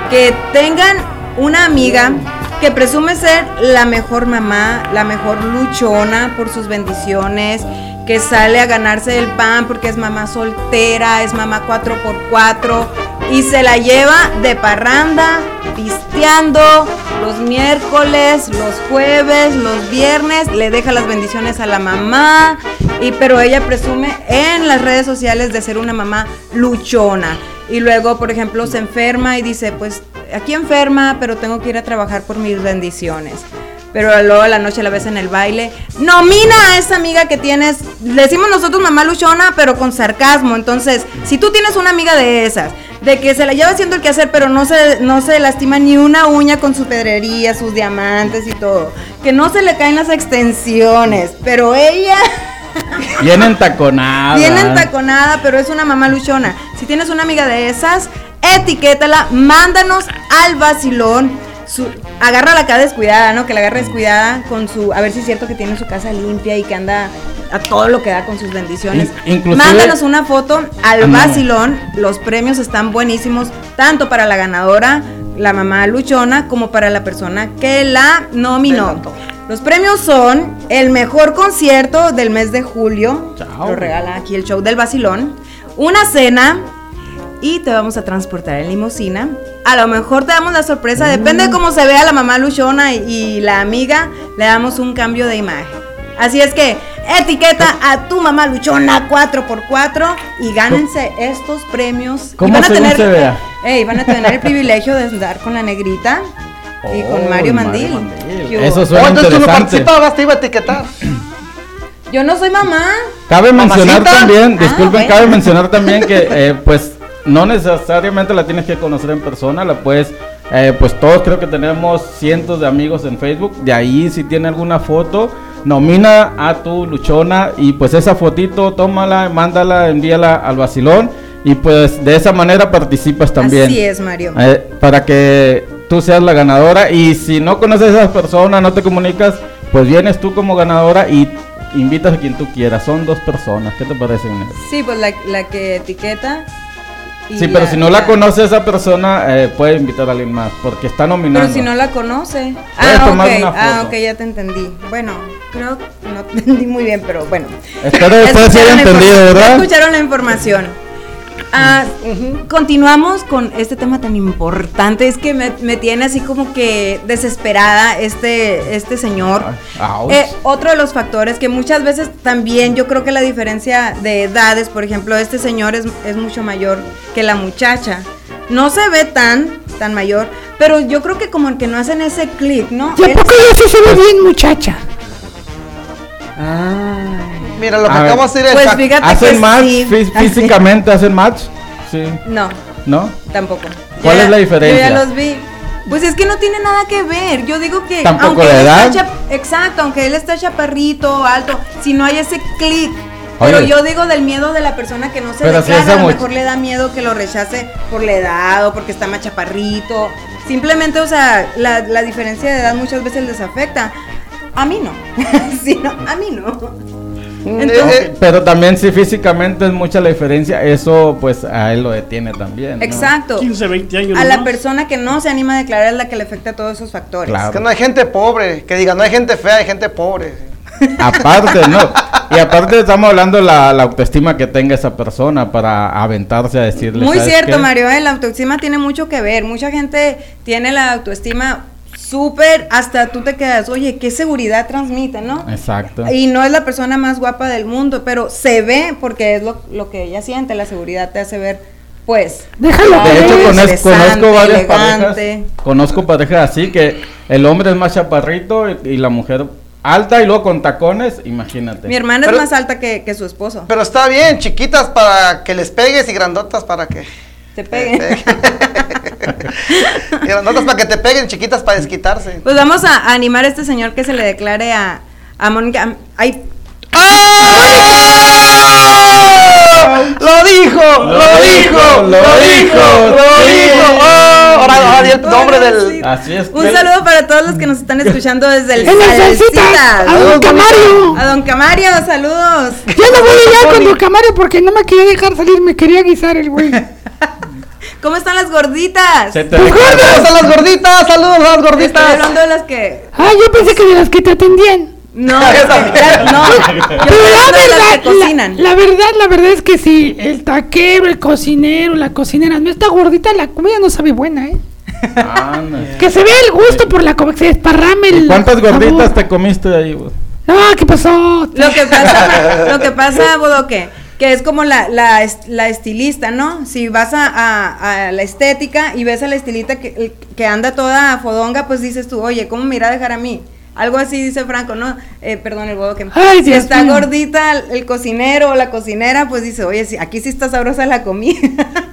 que tengan una amiga que presume ser la mejor mamá, la mejor luchona por sus bendiciones, que sale a ganarse el pan porque es mamá soltera, es mamá 4x4 y se la lleva de parranda, pisteando los miércoles, los jueves, los viernes, le deja las bendiciones a la mamá y pero ella presume en las redes sociales de ser una mamá luchona y luego, por ejemplo, se enferma y dice, pues aquí enferma, pero tengo que ir a trabajar por mis bendiciones. Pero luego a la noche la ves en el baile. Nomina a esa amiga que tienes. Le decimos nosotros mamá luchona, pero con sarcasmo. Entonces, si tú tienes una amiga de esas, de que se la lleva haciendo el quehacer, pero no se, no se lastima ni una uña con su pedrería, sus diamantes y todo. Que no se le caen las extensiones. Pero ella. Bien entaconada. Viene entaconada, pero es una mamá luchona. Si tienes una amiga de esas, etiquétala, mándanos al vacilón. Su, agárrala acá descuidada, ¿no? Que la agarre descuidada con su. A ver si es cierto que tiene su casa limpia y que anda a todo lo que da con sus bendiciones. In- inclusive- Mándanos una foto al Ah, no. vacilón. Los premios están buenísimos, tanto para la ganadora, la mamá luchona, como para la persona que la nominó. Los premios son el mejor concierto del mes de julio. Lo regala aquí el show del vacilón. Una cena y te vamos a transportar en limusina. A lo mejor te damos la sorpresa, Mm. depende de cómo se vea la mamá luchona y, y la amiga, le damos un cambio de imagen. Así es que etiqueta a tu mamá luchona 4x4 y gánense estos premios. Y ¿Cómo según se vea? Ey, van a tener el privilegio de andar con la negrita y Oh, con Mario Mario Mandil. Mandil. ¿Qué hubo? Eso Oh, suena entonces tú interesante. no participabas, te iba a etiquetar. Yo no soy mamá. Cabe mencionar ¿Mamacita? también, Ah, disculpen, bueno. cabe mencionar también que eh, pues no necesariamente la tienes que conocer en persona, la puedes, eh, pues todos creo que tenemos cientos de amigos en Facebook, de ahí si tiene alguna foto, nomina a tu luchona y pues esa fotito, tómala, mándala, envíala al vacilón y pues de esa manera participas también. Así es, Mario. Eh, para que tú seas la ganadora y si no conoces a esas personas, no te comunicas, pues vienes tú como ganadora y invitas a quien tú quieras. Son dos personas, ¿qué te parece? Inés? Sí, pues la, la que etiqueta. y Sí, pero si no la conoce conoce esa persona, eh, puede invitar a alguien más, porque está nominando. Pero si no la conoce. Puedes Ah, ok. tomar una Ah, foto. ok, ya te entendí. Bueno, creo que no te entendí muy bien, pero bueno. Espero que ustedes sí Escucharon hayan la entendido, informa- ¿verdad? Escucharon pues, la información. Ah, continuamos con este tema tan importante. Es que me, me tiene así como que desesperada este, este señor. Ah, ouch. Eh, otro de los factores que muchas veces también yo creo que la diferencia de edades, por ejemplo, este señor es, es mucho mayor que la muchacha. No se ve tan, tan mayor, pero yo creo que como el que no hacen ese clic, ¿no? ¿Y a Él- poco ya sí se ve bien, muchacha? Mira, lo que A ver. acabamos de decir Pues es. fíjate que ¿Hacen match sí. fí- Así- físicamente? ¿Hacen match? Sí. No, ¿No? tampoco. ¿Cuál es la diferencia? Yo ya los vi. Pues es que no tiene nada que ver. Yo digo que Tampoco aunque la él edad. está chap- exacto, aunque él está chaparrito, alto, si no hay ese clic. Oye. Pero yo digo del miedo de la persona que no se Pero si declara, esa a lo much- mejor le da miedo que lo rechace por la edad o porque está más chaparrito. Simplemente, o sea, la, la diferencia de edad muchas veces les afecta. A mí no. Sí, no, a mí no. Entonces- Eh, eh, Pero también si físicamente es mucha la diferencia, eso pues a él lo detiene también. ¿no? Exacto. 15, 20 años. A la nomás. persona que no se anima a declarar es la que le afecta a todos esos factores. Claro. es que no hay gente pobre. Que diga, no hay gente fea, hay gente pobre. Aparte, no. Y aparte estamos hablando la, la autoestima que tenga esa persona para aventarse a decirle. Muy Pues, "¿Sabes cierto, qué? Mario, eh, la autoestima tiene mucho que ver. Mucha gente tiene la autoestima súper, hasta tú te quedas, oye, qué seguridad transmite, ¿no? Exacto. Y no es la persona más guapa del mundo, pero se ve porque es lo, lo que ella siente, la seguridad te hace ver, pues... Déjalo De que hecho, es. conoz- Interesante, conozco varias elegante. parejas. Conozco parejas así que el hombre es más chaparrito y, y la mujer alta y luego con tacones, imagínate. Mi hermana Pero- es más alta que, que su esposo. Pero está bien, chiquitas para que les pegues y grandotas para que. te te pegue. peguen. y grandotas para que te peguen, chiquitas para desquitarse. Pues vamos a a animar a este señor que se le declare a, a Mónica... Ay, ¡Ah! ¡Lo dijo! ¡Lo, dijo! ¡Lo dijo! ¡Lo dijo! sí. ¡Oh! ahora, ahora di el nombre del. Así es. Un saludo para todos los que nos están escuchando desde el En el Salsitas, a don Camario. A don Camario, saludos. Yo no voy a llegar con Don Camario porque no me quería dejar salir, me quería guisar el güey. Pues ¿Cómo están las gorditas? Se Estoy te recuerda. ¡Saludos a las gorditas! ¡Saludos a las gorditas! hablando de las que. Ah, yo pensé que de las que te atendían. No, es que- la- no. Yo estoy Pero hablando de las que la, cocinan. la verdad, la verdad es que si el taquero, el cocinero, la cocinera no está gordita, la comida no sabe buena, ¿eh? Ah, Que se vea el gusto por la comida, que se desparrame el. ¿Cuántas gorditas sabor. te comiste ahí, güey? Ah, ¿qué pasó? Lo que pasa, lo que pasa, Bodoque, que es como la, la, est- la estilista, ¿no? Si vas a, a- a la estética y ves a la estilista que, el- que anda toda fodonga, pues dices tú, oye, ¿cómo me irá a dejar a mí? Algo así dice Franco, ¿no? Eh, perdón, el Bodoque. Ay, si Dios está mío. gordita el, el cocinero o la cocinera, pues dice, oye, si, aquí sí está sabrosa la comida.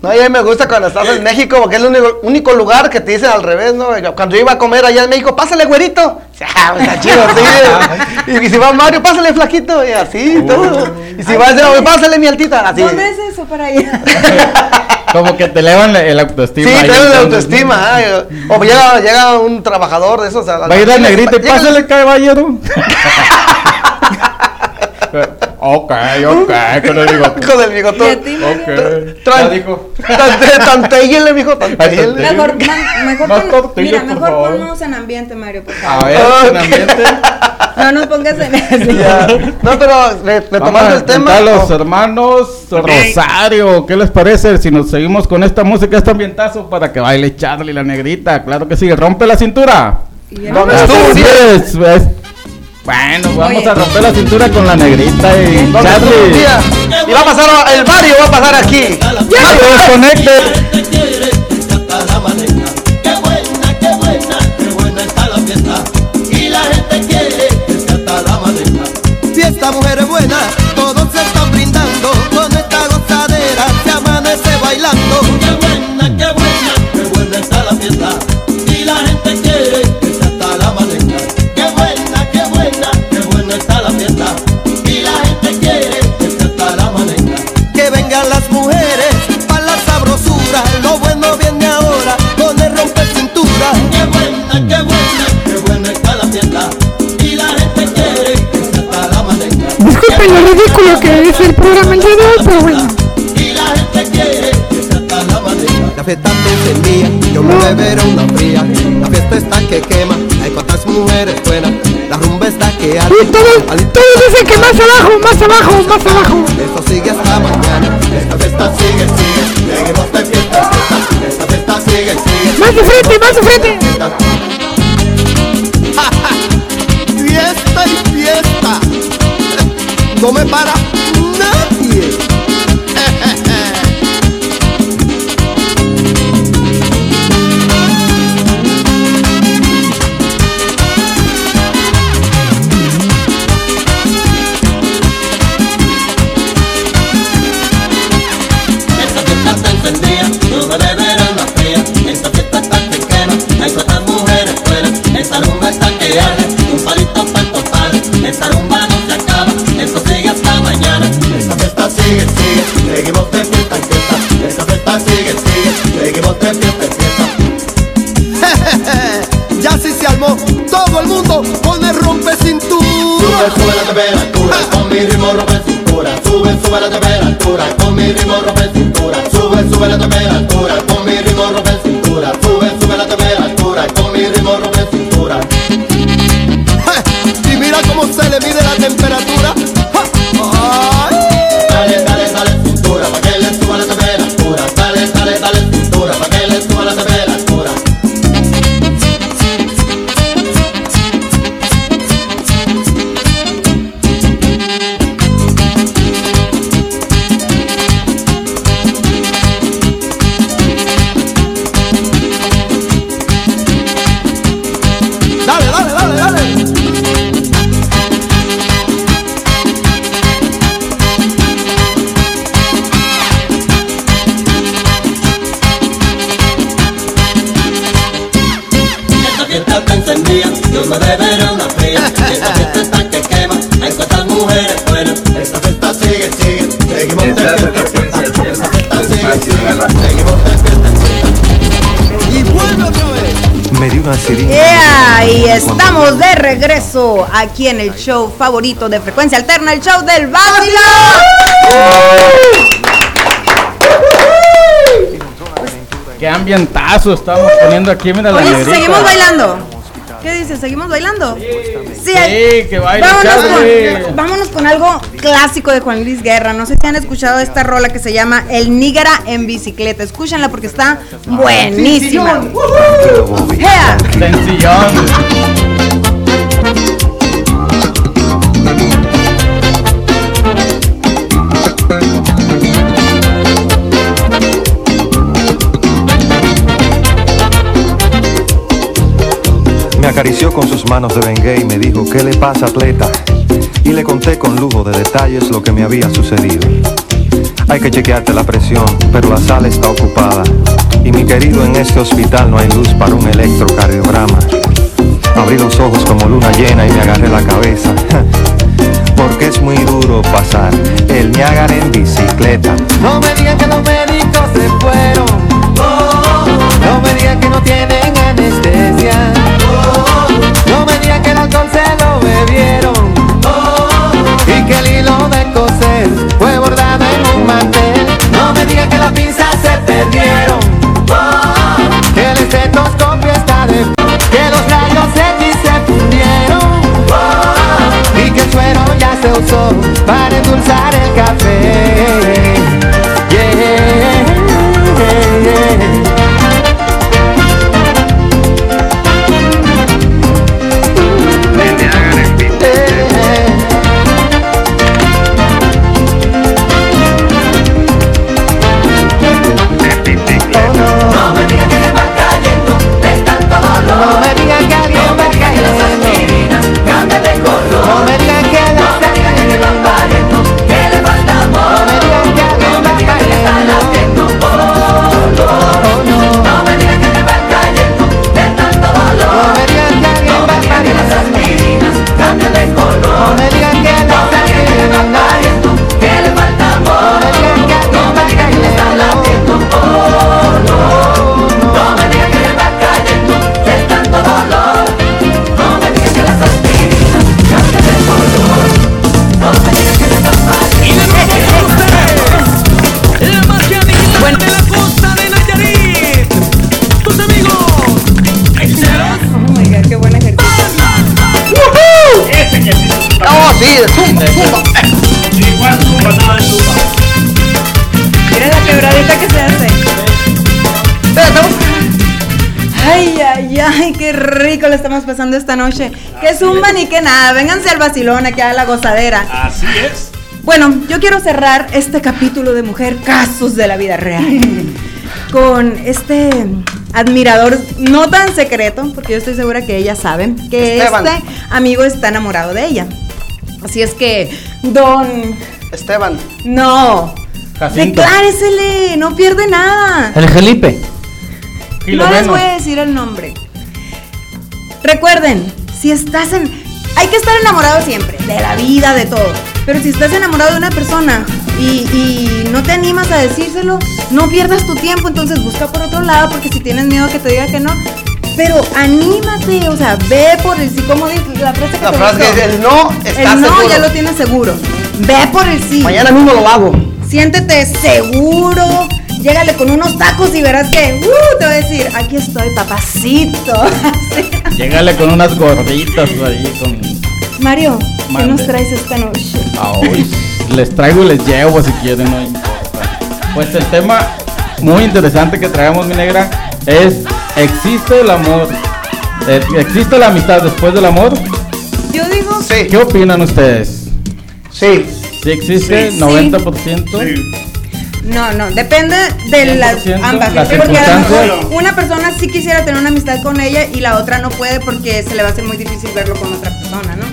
No, y a mí me gusta cuando estás en México porque es el único, único lugar que te dicen al revés, ¿no? Yo- Cuando yo iba a comer allá en México, pásale, güerito. Ah, pues, está chido, sí. Y, y si va Mario, pásale, flaquito. Y así, todo. Y si va a decir, pásale, mi altita. Así. ¿Dónde es eso para ir? Como que te elevan la- el autoestima. Sí, ahí, tengo la entonces, autoestima. ay, o llega, llega un trabajador de esos. Va a ir al negrito y Llega- pásale, caballero. ok, ok, que no digo. Con el ¿Y bigotón. a ti, Mario? Ok. Ya Tran- dijo. tante- Tantéllele, mijo, tantéllele. Ay, Mejor, ma- mejor, Más pon- tortillas, mira, por mejor favor. ponnos en ambiente, Mario, por A favor. ver, en Ok. ambiente. No nos pongas en eso. Ya. No, pero le, le Vamos tomaste a el tema. presentar a los ¿o? hermanos Rosario. ¿Qué les parece si nos seguimos con esta música, este ambientazo para que baile Charlie la negrita? Claro que sí, rompe la cintura. Y ya. ¿Dónde Así estuvo? es, pues. Bueno, vamos Oye. a romper la cintura con la negrita y ¿Dónde estuvo el Charlie. día? Y va a pasar, el barrio va a pasar aquí. Ya no desconectes. Fiesta mujer buena, todos se están brindando con esta gozadera, se amanece bailando. Qué buena, qué buena, qué buena está la fiesta y la gente quiere que sea hasta la mañana. Qué buena, qué buena, qué buena está la fiesta y la gente quiere que sea hasta la mañana. Que vengan las mujeres para la sabrosura, lo bueno viene ahora con el romper cintura. Qué buena, qué buena, qué buena está la fiesta y la gente quiere que sea hasta la mañana. Disculpen lo ridículo que es el programa el día de hoy, pero bueno. Y la gente quiere que se hasta la madera. La fiesta está encendida, yo me beberé una fría. La fiesta está que quema, hay cuantas mujeres buenas. La rumba está que arde. Y todos, todos dicen que más abajo, más abajo, más abajo. Esto sigue hasta mañana. Esta fiesta sigue, sigue. Seguimos de fiesta, en fiesta. Esta fiesta sigue, sigue. Más de frente, más de frente. fiesta y fiesta. No me para nadie. Esta fiesta está encendida, no me beberán las frías. Esta fiesta está que quema, hay cuantas mujeres buenas. Esta rumba está que arde, un palito para el compadre. Esta rumba no se acaba, esto sigue hasta mañana. Esta fiesta sigue, sigue, seguimos de fiesta en fiesta. Esta fiesta sigue, sigue, seguimos de fiesta en fiesta. Ya si se armó todo el mundo con el rompe cintura. Sube, sube la temperatura con mi ritmo rompe cintura. Sube, sube la temperatura con mi ritmo rompe cintura. Sube, sube la temperatura con mi ritmo rompe cintura. Sube, sube la temperatura con mi ritmo rompe cintura. Y mira cómo se le mide la temperatura. Dale, dale, dale cintura pa' que le suba la temperatura. Dale, dale, dale cintura pa' que le suba la temperatura. Me dio una sirena. Yeah, y estamos de regreso aquí en el show favorito de frecuencia alterna, el show del Bávila. Qué ambientazo estamos poniendo aquí, mira la Oye, negrita. seguimos bailando. ¿Qué dices? ¿Seguimos bailando? Sí, que baile, vámonos, Charlie. con, vámonos con algo clásico de Juan Luis Guerra. No sé si han escuchado esta rola que se llama El Nígara en bicicleta. Escúchenla porque está buenísima. Yeah. Me acarició con sus manos de Bengay y me dijo, ¿qué le pasa, atleta? Y le conté con lujo de detalles lo que me había sucedido. Hay que chequearte la presión, pero la sala está ocupada. Y mi querido, en este hospital no hay luz para un electrocardiograma. Abrí los ojos como luna llena y me agarré la cabeza. Porque es muy duro pasar el Niágara en bicicleta. No me digan que los médicos se fueron. No me digan que no tienen anestesia. No me digan que el alcohol se lo bebieron. Y que el hilo de coser fue bordado en un mantel. No me digan que las pinzas se perdieron. Que el estetoscopio está de... Que los rayos X se fundieron. Y que el suero ya se usó para endulzar el café. No me digas que se va cayendo de tanto dolor. No me digas que alguien va cayendo. No me digas que las aspirinas cambian de color. No me digas que las no me digas que se van cayendo, que le falta amor. No me digas que alguien va cayendo. No me digas que están haciendo dolor. No me digas que se va cayendo de tanto dolor. No me digas que alguien va cayendo. las aspirinas cambian de color. No me digas que no me digas que se va cayendo, que le falta amor. No me digas que alguien va cayendo. le están haciendo dolor. No me digas que se va cayendo de tanto dolor. No me digas que las aspirinas cambian de color. No me digas que le están La magia de la costa de Nayarit. Tus amigos. Oh my God, qué buen ejercicio. Este ¡Oh, sí! ¡Zumba, zumba! Miren la quebradita que se hace. Ay, ay, ay, qué rico le estamos pasando esta noche. Que zumba ni que nada. Vénganse al vacilón aquí a la gozadera. Así es. Bueno, yo quiero cerrar este capítulo de Mujer Casos de la Vida Real con este admirador no tan secreto, porque yo estoy segura que ella sabe que Esteban. este amigo está enamorado de ella. Así es que, don... Esteban. No. Jacinto. Decláresele, no pierde nada. El Felipe. No les voy a decir el nombre. Recuerden, si estás en... Hay que estar enamorado siempre, de la vida, de todo. Pero si estás enamorado de una persona y, y no te animas a decírselo, no pierdas tu tiempo, entonces busca por otro lado, porque si tienes miedo que te diga que no, pero anímate, o sea, ve por el sí, como dice la frase que La te frase gustó. es el no está El no seguro. ya lo tienes seguro. Ve por el sí. Mañana mismo lo hago. Siéntete seguro. Llégale con unos tacos y verás que ¡uh! te va a decir, aquí estoy, papacito. Llegale con unas gorditas ahí con. Mario, ¿qué Mande. nos traes esta noche? Ah, hoy les traigo, les llevo si quieren, no importa. Pues el tema muy interesante que traemos, mi negra, es ¿existe el amor? Eh, ¿Existe la amistad después del amor? Yo digo, ¿Qué opinan ustedes? Sí. ¿Sí existe? Sí. 90%. no, no, depende de las 100% ambas. las porque a lo mejor circunstancias. una persona sí quisiera tener una amistad con ella y la otra no puede porque se le va a hacer muy difícil verlo con otra persona, ¿no?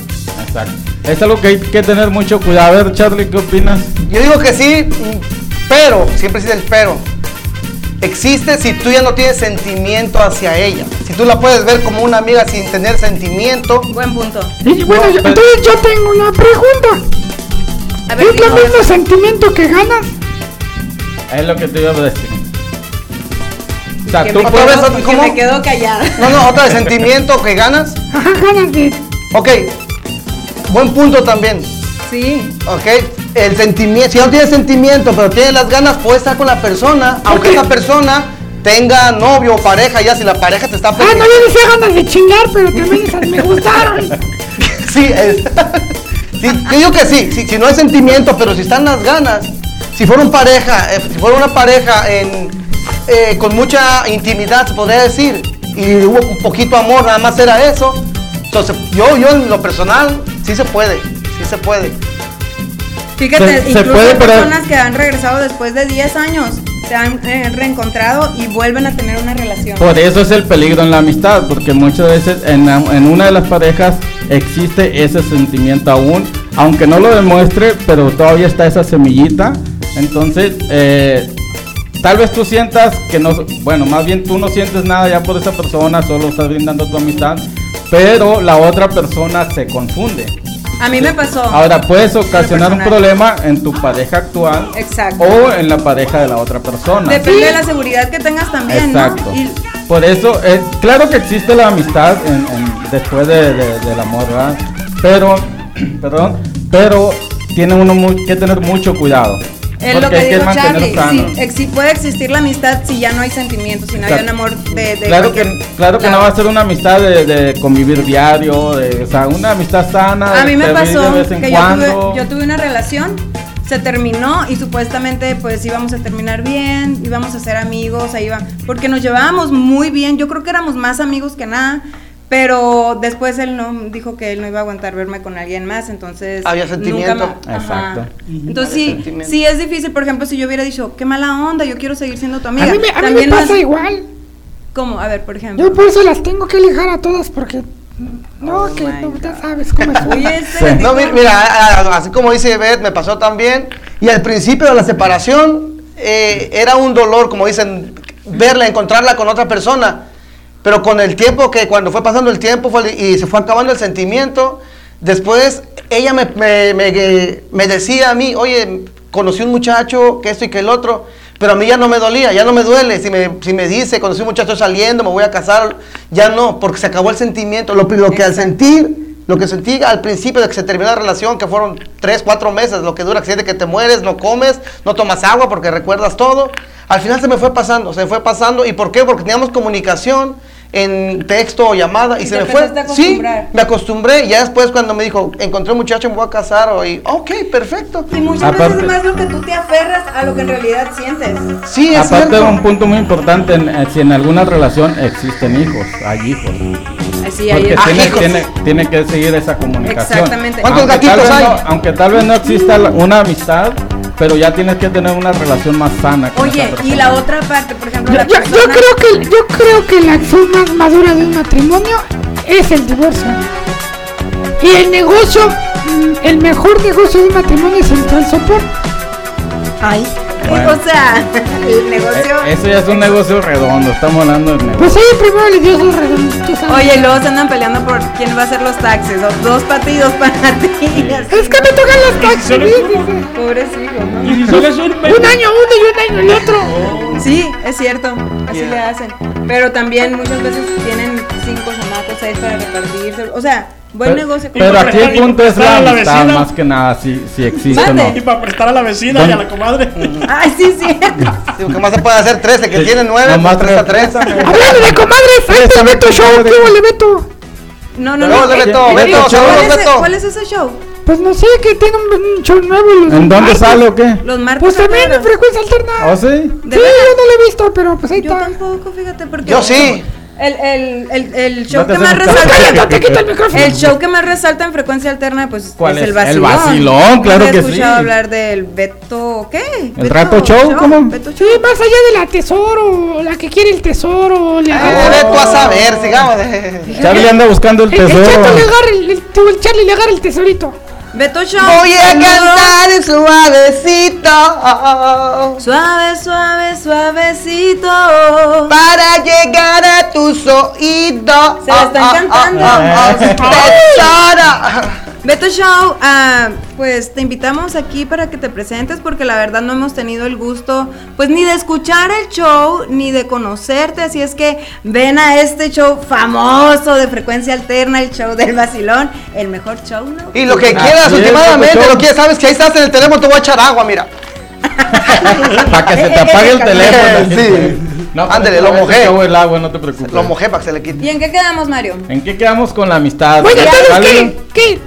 Exacto. Es algo que hay que tener mucho cuidado. A ver, Charlie, ¿qué opinas? Yo digo que sí, pero, siempre existe el pero. Existe si tú ya no tienes sentimiento hacia ella. Si tú la puedes ver como una amiga sin tener sentimiento. Buen punto. Y bueno, yo- entonces yo tengo una pregunta. A ver, ¿Es lo dime. mismo sentimiento que ganas? Es lo que te iba a decir. O sea, Que tú me- puedes- otra vez, ¿cómo? quedo callada. No, no, otra de sentimiento que ganas. ganas de. Ok. Buen punto también. Sí. Ok. El sentimiento. Si no tienes sentimiento, pero tienes las ganas, puedes estar con la persona. Aunque esa persona tenga novio o pareja, ya si la pareja te está Ah, no, yo decía ganas de chingar, pero también esas me gustaron. Sí, es. Sí, yo digo que sí, si, si no hay sentimiento, pero si están las ganas, si fuera un pareja, eh, si fuera una pareja en, eh, con mucha intimidad, se podría decir, y hubo un poquito amor, nada más era eso, entonces yo, yo en lo personal, sí se puede, sí se puede. Fíjate, Se- se incluso puede, hay pero- personas que han regresado después de 10 años, se han eh, reencontrado y vuelven a tener una relación. Por eso es el peligro en la amistad, porque muchas veces en, la- en una de las parejas existe ese sentimiento aún, aunque no lo demuestre, pero todavía está esa semillita. Entonces, eh, tal vez tú sientas que no, bueno, más bien tú no sientes nada ya por esa persona, solo estás brindando tu amistad, pero la otra persona se confunde. A mí me pasó. Ahora puedes ocasionar un personal. problema en tu pareja actual Exacto. o en la pareja de la otra persona. Depende de la seguridad que tengas también, Exacto. ¿no? Y Por eso, eh, claro que existe la amistad en- en- después de- de- del amor, ¿verdad? Pero, perdón, pero tiene uno mu- que tener mucho cuidado. es lo porque que hay que dijo mantener Charlie. sano. Sí, ex- sí puede existir la amistad si ya no hay sentimientos, si no hay Claro. un amor de. de Claro cualquier- que, claro que no va a ser una amistad de, de convivir diario, de, o sea, una amistad sana. A mí me de convivir pasó de vez en que yo cuando. tuve, yo tuve una relación, se terminó y supuestamente pues íbamos a terminar bien, íbamos a ser amigos, ahí iba, porque nos llevábamos muy bien, yo creo que éramos más amigos que nada, pero después él no dijo que él no iba a aguantar verme con alguien más, entonces Había sentimiento. nunca ma- Exacto. Ajá. Entonces sí, sí es difícil, por ejemplo, si yo hubiera dicho, qué mala onda, yo quiero seguir siendo tu amiga. A mí me- a mí me no pasa es- igual. ¿Cómo? A ver, por ejemplo. Yo por eso las tengo que lijar a todas Oh porque. No, que no, ya sabes cómo es. este No, mi- mira, a- a- así como dice Beth, me pasó también. Y al principio de la separación eh, era un dolor, como dicen, verla, encontrarla con otra persona. Pero con el tiempo, que cuando fue pasando el tiempo fue- y se fue acabando el sentimiento, después ella me, me- me- me decía a mí, oye, conocí un muchacho, que esto y que el otro, pero a mí ya no me dolía, ya no me duele. Si me, si me dice, conocí un muchacho saliendo, me voy a casar, ya no, porque se acabó el sentimiento. Lo, lo que al sentir, lo que sentí al principio de que se terminó la relación, que fueron tres, cuatro meses, lo que dura, que siente que te mueres, no comes, no tomas agua porque recuerdas todo. Al final se me fue pasando, se me fue pasando. ¿Y por qué? Porque teníamos comunicación en texto o llamada y, Y se te me fue. empezaste a Sí, acostumbrar. me acostumbré y ya después cuando me dijo, encontré un muchacho, me voy a casar, o- y ok, perfecto. Y muchas Aparte- veces es más lo que tú te aferras a lo que en realidad sientes. Aparte de un punto muy importante, en- eh, si en alguna relación existen hijos, hay hijos. Así, ahí Porque es- tiene, tiene, tiene que seguir esa comunicación. Exactamente. ¿Cuántos Aunque tal gatitos vez hay? no- aunque tal vez no exista la- una amistad, pero ya tienes que tener una relación más sana. con esa Oye, persona. y la otra parte, por ejemplo, Yo, la yo- yo persona- creo que, yo creo que la acción más madura de un matrimonio es el divorcio. Y el negocio, mm, el mejor negocio de un matrimonio es el transport. Ay. Bueno. O sea, el negocio. Eh, eso ya es un negocio redondo, estamos hablando del negocio. Pues ahí primero le dio sus redondos, tú sabes. Oye, y luego se andan peleando por quién va a hacer los taxis. o dos para ti y dos para ti. Es que me tocan los taxis. Pobrecito, ¿no? Un año uno y un año el otro. Sí, es cierto. Así le hacen. Pero también muchas veces tienen cinco chamacos, seis para repartirse. O sea, buen Pero- negocio. Pero, aquí el punto es la prestar a la amistad vecina. más que nada, si, si existe o no. Y para prestar a la vecina y a la comadre. Ay, sí, sí. ¿Qué más se puede hacer? 13, que tiene 9, nomás 3 a 3. Hablando de comadres, ahí está Beto Show, ¿qué huele Beto? No, no, No, no. de Eh, Beto, eh, Beto, ¿cuál saludos, es el- Beto. ¿Cuál es ese show? Pues no sé, que tiene un, un show nuevo. Los ¿En dónde pues, martes. sale o qué? Los martes. Pues también afuera. en frecuencia alterna. ¿O sí? ¿De veras? sí, yo no lo he visto, pero pues ahí Yo está. tampoco, fíjate, porque. Yo sí. El, el, el, el show No te que más hacemos caso. resalta. Cállate, quita el micrófono. el show que más resalta en frecuencia alterna, pues ¿Cuál es el es? vacilón. El vacilón, claro Nunca que he escuchado sí. hablar del Beto. ¿Qué? Beto Trapo Show, ¿cómo? Beto Sí, Show. más allá de la tesoro, la que quiere el tesoro. La... Ah, ve tú a saber, sigamos. Charlie anda buscando el Eh, El, el tesoro. chato le agarra el, el, digo, el Charlie le agarra el tesorito. Beto Show. Voy a saludos. cantar oh, suavecito Suave, suave, suavecito. para llegar a tus oídos. Se la están Ah, ah, cantando. ah, ah, ah, tesoro. Beto Show, ah, pues te invitamos aquí para que te presentes porque la verdad no hemos tenido el gusto, pues ni de escuchar el show ni de conocerte, así es que ven a este show famoso de frecuencia alterna, el show del vacilón, el mejor show, ¿no? Y lo que quieras, Así es, últimamente, locutor. lo que sabes que ahí estás en el teléfono, te voy a echar agua, mira. Para que se Eh, te apague el teléfono. Sí. No, pues, Ándale, lo ese mojé. show, El agua, no te preocupes. Lo mojé para que se le quite. ¿Y en qué quedamos, Mario? ¿En qué quedamos con la amistad? Oye, entonces, ¿Algo? ¿qué? ¿Qué?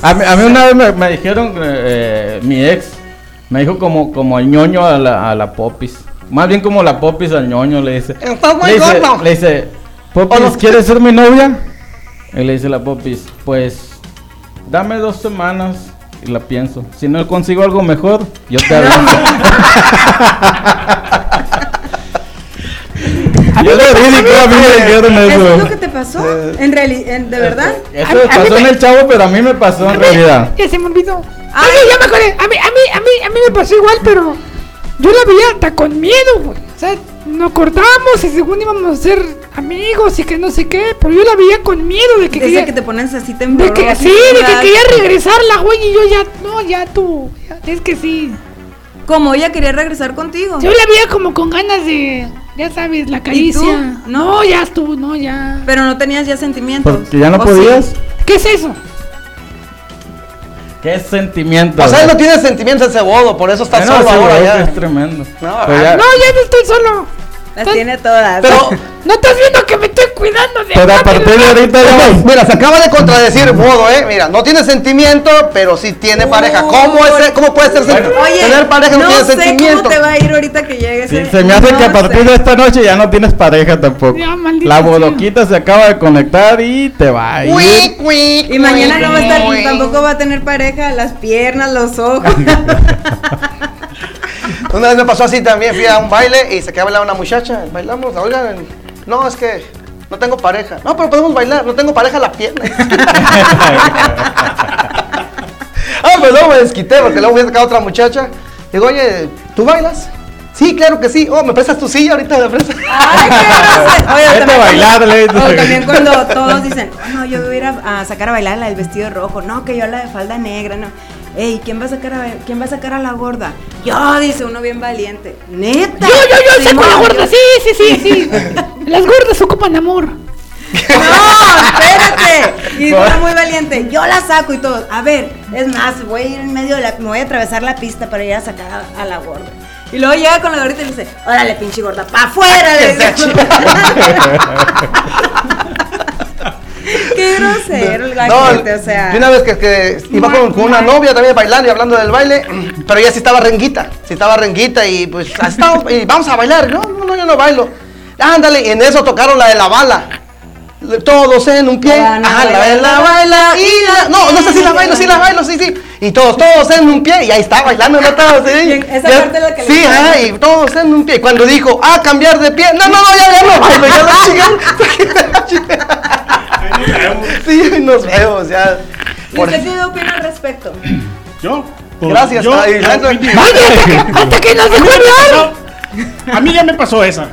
A mí, a mí una vez me, me dijeron, eh, eh, mi ex, me dijo como, como el ñoño a la, a la popis. Más bien como la popis al ñoño, le dice. Estás muy le, dice gordo. le dice, popis, ¿quieres ser mi novia? Y le dice la popis, pues, dame dos semanas y la pienso. Si no consigo algo mejor, yo te hablo. yo le di a mí me dijeron ¿Eso es eso. lo que te pasó? Eh, ¿En reali- en- ¿De verdad? Eso me pasó en el chavo, pero a mí me pasó en realidad. Ya se me olvidó. Ay, ya me acordé. A mí, a mí, a mí, a mí me pasó igual, pero yo la veía hasta con miedo, güey. O sea, nos cortábamos y según íbamos a ser amigos y que no sé qué, pero yo la veía con miedo de que Dice quería... que te pones así de tembloroso. que, sí, de que quería regresarla, güey, y yo ya... No, ya tú. ya- es que sí. Como ella quería regresar contigo. Yo la veía como con ganas de... Ya sabes, la caricia. tú? No, No. ya estuvo, no, ya... Pero no tenías ya sentimientos. Porque ya no Oh, ¿O podías. sí? ¿Qué es eso? ¿Qué sentimiento? O sea, él no bro? tiene sentimientos ese bodo, por eso está No, solo sí, ahora bro, ya. Es tremendo. No, Pero Ah. ya- No, ya no estoy solo. Pues, Las tiene todas. Pero, No estás viendo que me estoy cuidando de... Pero a partir de ahorita ya mira, se acaba de contradecir bodo, eh. Mira, no tiene sentimiento, pero sí tiene pareja. ¿Cómo, es, eh? cómo puede ser sen- Oye, tener pareja no, no tiene sé sentimiento? cómo te va a ir ahorita que llegues. Sí, eh. se me hace No que a partir sé. de este esta noche ya no tienes pareja tampoco. Ya, maldita La sea. bodoquita se acaba de conectar y te va a ir. Cuic, cuic, Y mañana cuic, no va a estar, cuic. tampoco va a tener pareja, las piernas, los ojos. Una vez me pasó así también, fui a un baile y se quedaba bailando una muchacha. Bailamos, oigan, no, es que no tengo pareja. No, pero podemos bailar, no tengo pareja la pierna. ah, pues luego me desquité porque luego voy a sacar a otra muchacha. Digo, oye, ¿tú bailas? Sí, claro que sí. Oh, ¿me prestas tu silla ahorita? ¿Me prestas? Ay, qué grosero. Oye, Vete a también- bailar, le dices. o también cuando todos dicen, "Oh, no, yo voy a ir a, a sacar a bailar a la del vestido rojo, no, que yo a la de falda negra, no. Ey, ¿quién va a sacar a ba- quién va a sacar a la gorda? Yo, dice uno bien valiente. Neta. Yo, yo, yo, saco Simón, la gorda, yo- sí, sí, sí, sí. Las gordas ocupan amor. No, espérate. Y uno muy valiente. Yo la saco y todo. A ver, es más, voy a ir en medio de la. Me voy a atravesar la pista para ir a sacar a, a la gorda. Y luego llega con la gorda y le dice, órale, pinche gorda, pa' afuera. le dice. Qué grosero el gallete, o sea. yo una vez que, que iba con, con una novia también bailando y hablando del baile, pero ella sí estaba renguita, sí estaba renguita y pues así estábamos, y vamos a bailar. No, no, no, yo no bailo. Ándale, y en eso tocaron la de la bala. Le- Todos en un pie. La Ah, la de la baila y la. No, no sé si la bailo, sí la bailo, sí, sí. Y todos, todos en un pie. Y ahí está bailando, no estaba Y así. en esa Ya- parte es la que le Sí, gusta. ajá, y todos en un pie. Y cuando dijo, ah, cambiar de pie. No, no, no, ya, ya no bailo, ya la chingaron. Sí, ahí nos vemos ya. ¿Y Por- usted qué opina al respecto? Yo. Gracias, yo- ahí, Leandro. ¡Hasta que nos dejó hablar! A mí ya me pasó esa.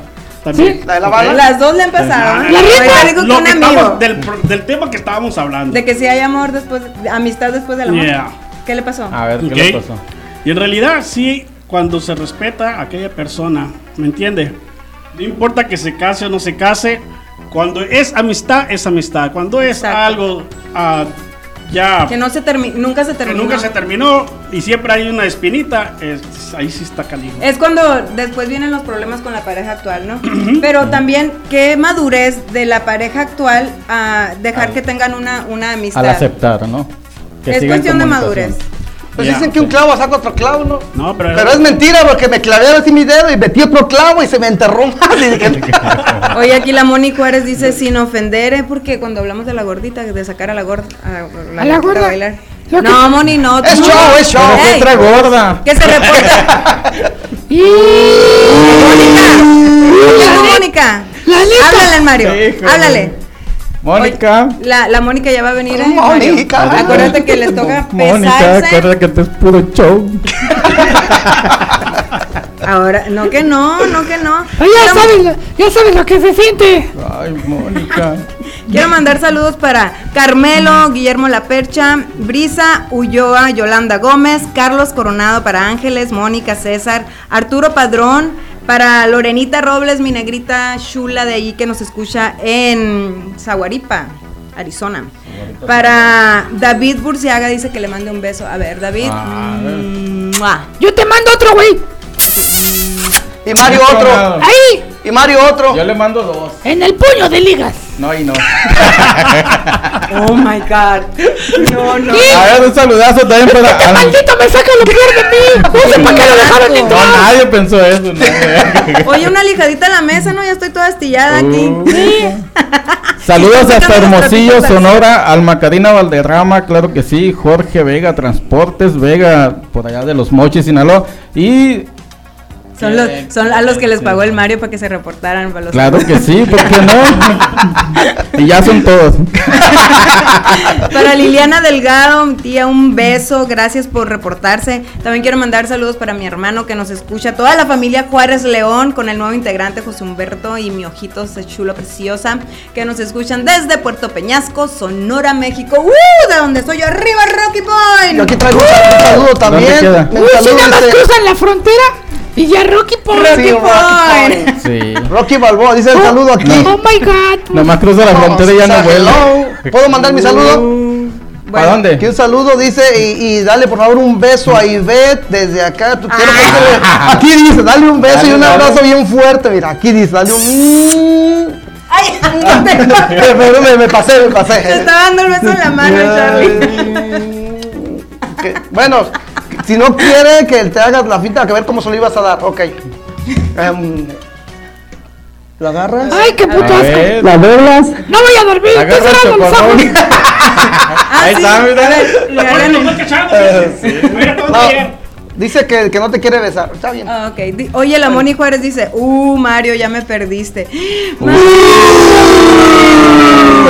También. La de la bala. Las dos le empezaron. La Ahorita neta, digo que lo un que amigo. estamos- del, pro- del tema que estábamos hablando. De que si hay amor después, de- amistad después del amor. Yeah. ¿Qué le pasó? A ver, ¿qué Ok. le pasó? Y en realidad sí, cuando se respeta a aquella persona, ¿me entiende? No importa que se case o no se case, cuando es amistad, es amistad. Cuando es Exacto. algo ah, ya Que no se termi- nunca se que terminó. nunca se terminó y siempre hay una espinita, es- ahí sí está caliente. Es cuando después vienen los problemas con la pareja actual, ¿no? Pero también, qué madurez de la pareja actual a dejar que tengan una, una amistad. Al aceptar, ¿no? Que es sigan cuestión de comunicación. madurez. Pues Ya, dicen que un clavo saca otro clavo, ¿no? No, pero, Pero es mentira porque me clavé así mi dedo y metí otro clavo y se me enterró más. Y dije, Oye, aquí la Moni Juárez dice sin ofender, ¿eh? porque cuando hablamos de la gordita, de sacar a la gorda a A la gordita gorda. bailar. Lo que- No, Moni, no. Es tú no. show, es show. Pero Ey, qué otra gorda. que se reporte. Y... Mónica. Mónica. La neta. Háblale, Mario. Híjole. Háblale. Mónica. Oye, La, la Mónica ya va a venir. ¿eh, Mario? Mónica. Acuérdate que les toca Mónica, pesarse. acuérdate que esto es puro show. Ahora, no que no, no que no. Ay, ya La- sabes, ya sabes lo que se siente. Ay, Mónica. Quiero mandar saludos para Carmelo, Guillermo La Percha, Brisa, Ulloa, Yolanda Gómez, Carlos Coronado para Ángeles, Mónica César, Arturo Padrón, para Lorenita Robles, mi negrita chula de ahí que nos escucha en Zaguaripa, Arizona. Para David Burciaga dice que le mande un beso. A ver, David. Yo te mando otro, güey. Y Mario otro. ¡Ahí! Y Mario otro. Yo le mando dos. En el puño de ligas. No, y no. Oh my god. No, no. A ver, un saludazo también para. ¡Este maldito me saca lo peor de mí! No sé para qué lo dejaron No, entrar. nadie pensó eso, no. Oye, una lijadita a la mesa, ¿no? Ya estoy toda astillada Uh. Oh. aquí. Sí. Saludos hasta Estamos Hermosillo, trapitos, Sonora, Alma Karina Valderrama, claro que sí, Jorge Vega, Transportes Vega, por allá de los Mochis, Sinaloa, y Son, los, son a los que les pagó el Mario para que se reportaran. Para los claro que sí, ¿por qué no? Y ya son todos. Para Liliana Delgado, mi tía, un beso. Gracias por reportarse. También quiero mandar saludos para mi hermano que nos escucha. Toda la familia Juárez León con el nuevo integrante José Humberto y mi ojito se chula preciosa que nos escuchan desde Puerto Peñasco, Sonora, México. ¡Uh! De donde soy yo, arriba Rocky Point. Yo aquí traigo un saludo, un saludo también. queda? Un Uy, si saludo nada más dice- cruzan la frontera y ya Rocky por Sí, Rocky Rocky por- Point. Sí. Rocky Balboa, dice el saludo aquí. Oh my god. Nomás cruza la frontera y ya no vuelve. Hello. ¿Puedo mandar mi saludo? ¿Para dónde? Que un saludo dice y, y dale por favor un beso a Ivette desde acá. Tú quiero que- aquí dice, dale un beso Dale, y un dale. abrazo bien fuerte. Mira, aquí dice, dale un. Ay, no te- me, me- me- me pasé, me te pasé. estaba dando el beso en la mano, Charlie. Que- bueno, si no quiere que te hagas la finta, que ver cómo se lo ibas a dar. Ok. Em, ¿Lo agarras? Ay, qué A puto asco. ver, la No voy a dormir, estoy agarra el cerrando los chocorrol. ojos. Ah, Ahí sí, está, mira. a ver, le Bueno, ganan no el- fue cachado, pues. Mira cómo No, bien. dice que, que no te quiere besar. Está bien. Ah, ok. Di- Oye, la Moni Juárez dice, uh, Mario, ya me perdiste.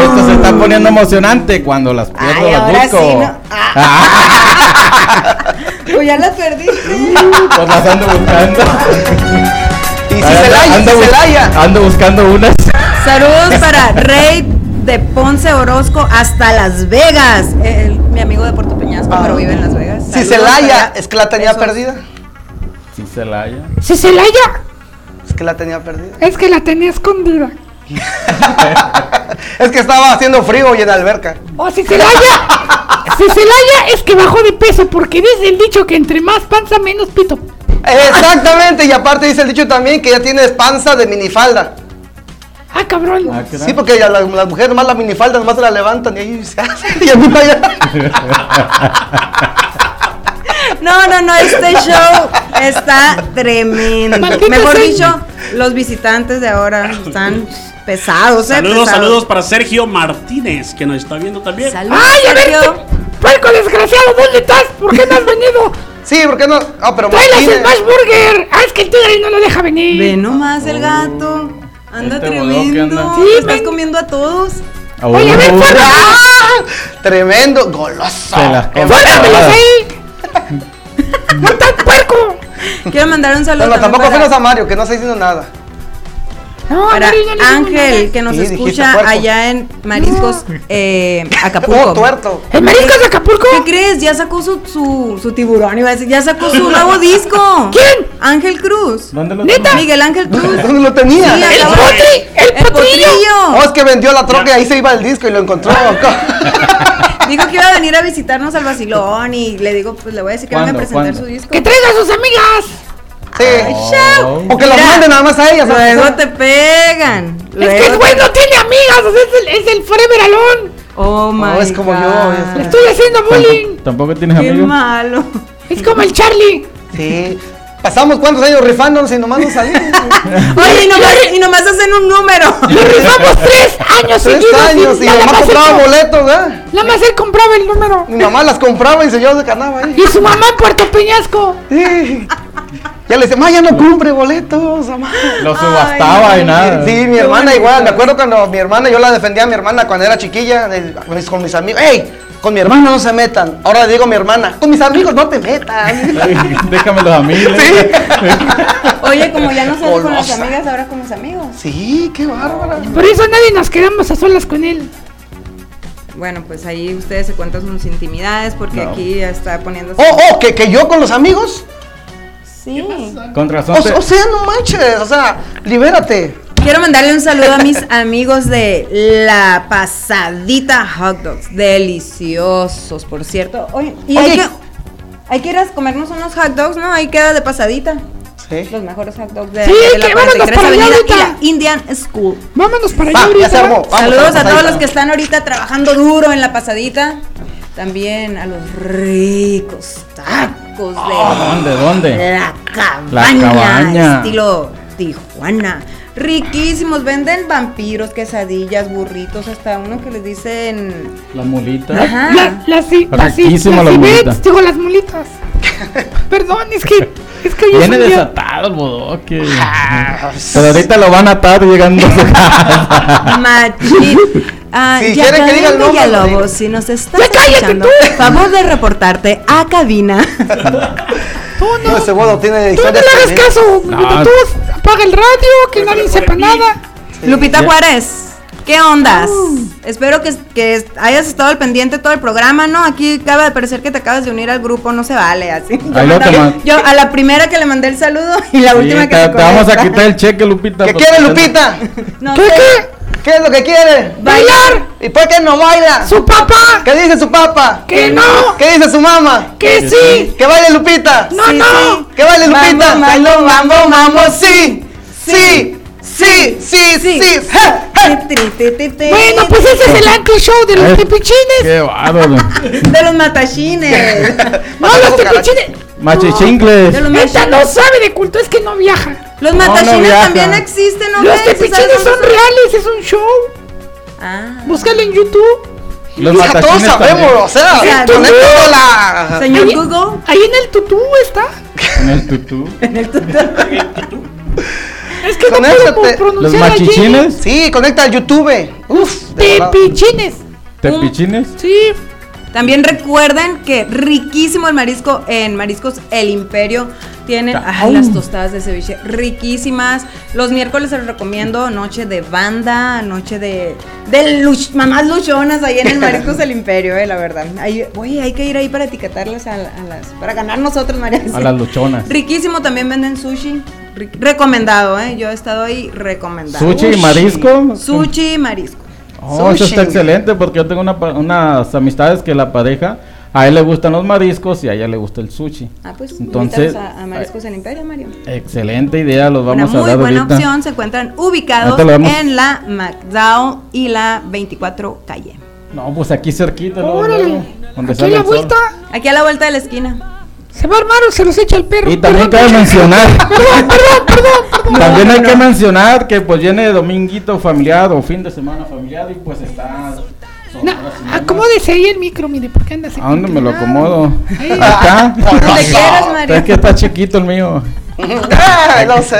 Esto se está poniendo emocionante cuando las pierdo Ay, ahora las sí, busco. ¿no? Ah. Pues ya la perdiste. Pues las ando buscando. Y si Ando- se laya, ando si se bus- laya. Ando buscando unas. Saludos para Rey de Ponce Orozco hasta Las Vegas. El- mi amigo de Puerto Peñasco, Ah. pero vive en Las Vegas. Si Saludos se laya, para- es que la tenía Besos. perdida. Si se la haya. Si se la halla, Es que la tenía perdida. es que la tenía escondida. Es que estaba haciendo frío y en la alberca. O si se la halla, si se la halla, es que bajó de peso porque dice el dicho que entre más panza, menos pito. Exactamente, y aparte dice el dicho también que ya tienes panza de minifalda. Ah, cabrón. Sí, porque ya la- las mujeres más la minifalda nomás se la levantan y ahí se hacen. Y a mí vaya. No, no, no, este show está tremendo. Maldita Mejor sea. dicho, los visitantes de ahora están pesados, ¿eh? Saludos, pesados. saludos para Sergio Martínez, que nos está viendo también. Saludos, ¡Ay, a ver! Sergio. te- ¡Puerco desgraciado! ¿Dónde estás? ¿Por qué no has venido? Sí, ¿por qué no? Ah, pero ¡Tráelas el Martínez. Smash Burger! ¡Ah, es que el tigre no lo deja venir! Ve nomás el gato. Anda Este bodoque tremendo. anda. Sí, estás ven. comiendo a todos. ¡Oye, a ver, Uh, fuera! Tremendo, goloso. se las come ¡Fuératelas todas. ahí! ¡No estás puerco! Quiero mandar un saludo Bueno, también tampoco para- apenas a Mario, que no está diciendo nada. No, para Mario, no le digo Ángel, nada. que nos Sí, dijiste escucha puerco. allá en Mariscos, eh, Acapulco. Oh, tuerto. ¿El marisco de Acapulco? ¿Qué crees? Ya sacó su, su, su tiburón, iba a decir, ya sacó su nuevo disco. ¿Quién? Ángel Cruz. ¿Dónde lo ¿Neta? Miguel Ángel Cruz. ¿Dónde lo Sí, tenía? acá- ¡El cabrón? potri! ¡El El potrillo! Oh, potrillo. es que vendió la troca y ahí se iba el disco y lo encontró. Dijo que iba a venir a visitarnos al Basilón y le digo, pues le voy a decir que venga a ¿Cuándo? presentar ¿Cuándo? su disco. ¡Que traiga a sus amigas! Sí. Chao. Oh. O que lo Mira, manden nada más a ellas. Luego te pegan. Es Luego que el güey te- no tiene amigas, o sea, es el, es el Forever Alone. Oh, my es como yo, God. es Le estoy haciendo bullying. Tampoco, tampoco tienes Qué amigos. malo. Es como el Charlie. Sí. Pasamos cuántos años rifándonos y nomás no salimos. Oye, y nomás, y nomás hacen un número. Lo rifamos tres años Tres seguidos. años y nada mamá más él compraba co- boletos, ¿eh? Nada más él compraba el número. Mi mamá las compraba y se yo de ganaba ahí. Y su mamá en Puerto Peñasco. Sí. Ya le decía, ma, ya no compre boletos, mamá. Lo subastaba Ay, y Ah, nada. Sí, mi hermana igual. Me acuerdo cuando mi hermana, yo la defendía a mi hermana cuando era chiquilla en el- con, mis, con mis amigos. ¡Ey! Con mi hermana no se metan. Ahora digo mi hermana. Con mis amigos no te metan. Déjamelos a mí. Oye, como ya no sales con las Golosa. amigas, ahora con los amigos. Sí, qué bárbara. Por eso nadie nos quedamos a solas con él. Bueno, pues ahí ustedes se cuentan sus intimidades porque No. aquí ya está poniendo. Oh, oh, que, que yo con los amigos. Sí. Con razón. O, te- o sea, no manches. O sea, libérate. Quiero mandarle un saludo a mis amigos de La Pasadita Hot Dogs. Deliciosos, por cierto. Oye, y hay Oye. que, hay que ir a comernos unos hot dogs, ¿no? Ahí queda de pasadita. Sí. Los mejores hot dogs de, Sí, de la que vámonos 43 para allá Avenida y ahorita. la Indian School. Vámonos para Va, allá ya ahorita. se armó. Vamos a Saludos la a todos pasadita. los que están ahorita trabajando duro en La Pasadita. También a los ricos tacos de ¿Dónde? ¿Dónde? la cabaña, La cabaña. estilo Tijuana. Riquísimos, venden vampiros, quesadillas, burritos, hasta uno que les dicen. La mulita. Ajá. La- Las ci- las ci- Riquísimo las la civets, mulita. digo las mulitas. Perdón, es que es que hoy es Viene un día- desatado el bodoque. Ah. Ah, Pero ahorita lo van a atar llegando a su casa. Machín. Ah, Si ya quieren que diga el Gabriel nombre, lo Villalobos, si nos estás ¡Ya cállate escuchando, favor de reportarte a cabina. Tú no, No, ese bodo tiene tú no le historias hagas tremendas. caso. No. Tú apaga el radio, que nadie sepa nada. Lupita Ya. Juárez, ¿qué ondas? Espero que, que hayas estado al pendiente todo el programa, ¿no? Aquí acaba de parecer que te acabas de unir al grupo, no se vale así. Yo, Ahí lo mandaba- te man- yo a la primera que le mandé el saludo y la Sí, última te, que se te vamos a conecta. quitar el cheque, Lupita. ¿Qué porque quiere ya- Lupita? No ¿Qué, sé. qué? ¿Qué es lo que quiere? ¡Bailar! ¿Y por qué no baila? ¡Su papá! ¿Qué dice su papá? ¡Que no! ¿Qué dice su mamá? ¡Que sí! ¿Que baile Lupita? ¡No, no! ¿Que baile Lupita? Mambo, mambo, mambo, sí. Sí, sí, sí, sí. ¡Ja, ja! Ti, ti, ti, ti, ti. Bueno, pues ese es el anti-show de los Eh. tepichines. Qué bárbaro. De los matachines. No, Pasó los cucaracha. tepichines. De Machichingles. los Esta matachines. no sabe de culto, es que no viaja. Los no matachines viaja. también existen, ¿no? Los ven? ¿Sí tepichines sabes son dónde reales, es un show. son? Ah. Búscalo en YouTube. Los O sea, todos matachines sabemos, también. o sea, Sí, con tú- esto la... Señor Ahí- Google. Ahí en el tutú está. En el tutú. Es que no Con eso te- puedo Los pronunciar allí. machichines. Sí, conecta al YouTube. Uf, de verdad. Tepichines. Tepichines. Sí. También recuerden que riquísimo el marisco en Mariscos El Imperio. Tienen ay, las tostadas de ceviche riquísimas. Los miércoles les recomiendo noche de banda, noche de, de luch- mamás luchonas ahí en el Mariscos El Imperio, eh, la verdad. Ahí, oye, hay que ir ahí para etiquetarlas a, la- a las, para ganar nosotros, María. A las luchonas. Riquísimo también venden sushi. Ri- Recomendado, eh. Yo he estado ahí recomendado. Sushi y marisco. Sushi y marisco. Oh, eso Sushi. está excelente porque yo tengo una pa- unas amistades que la pareja, a él le gustan los mariscos y a ella le gusta el sushi. Ah, pues Entonces, invítalos a, a Mariscos El Imperio, Mario. Excelente idea, los vamos una a muy dar buena ahorita. opción. Se encuentran ubicados Ahorita lo vemos. en la McDowell y la 24 calle. No, pues aquí cerquita, luego, Órale. luego, donde Aquí sale la el sol. vuelta. Aquí a la vuelta de la esquina. Se va a armar o se los echa el perro. Y también Perdón, cabe perdón. mencionar, Perdón, perdón, perdón, perdón. también hay que mencionar que pues viene dominguito familiar o fin de semana familiar y pues está. son No, horas y media. acomódese ahí el micro, mire, ¿por qué andas así? ¿A dónde me lo acomodo? Ahí. Acá. Pues, Donde quieras, Es que Mario. está chiquito el mío. Ay, no sé.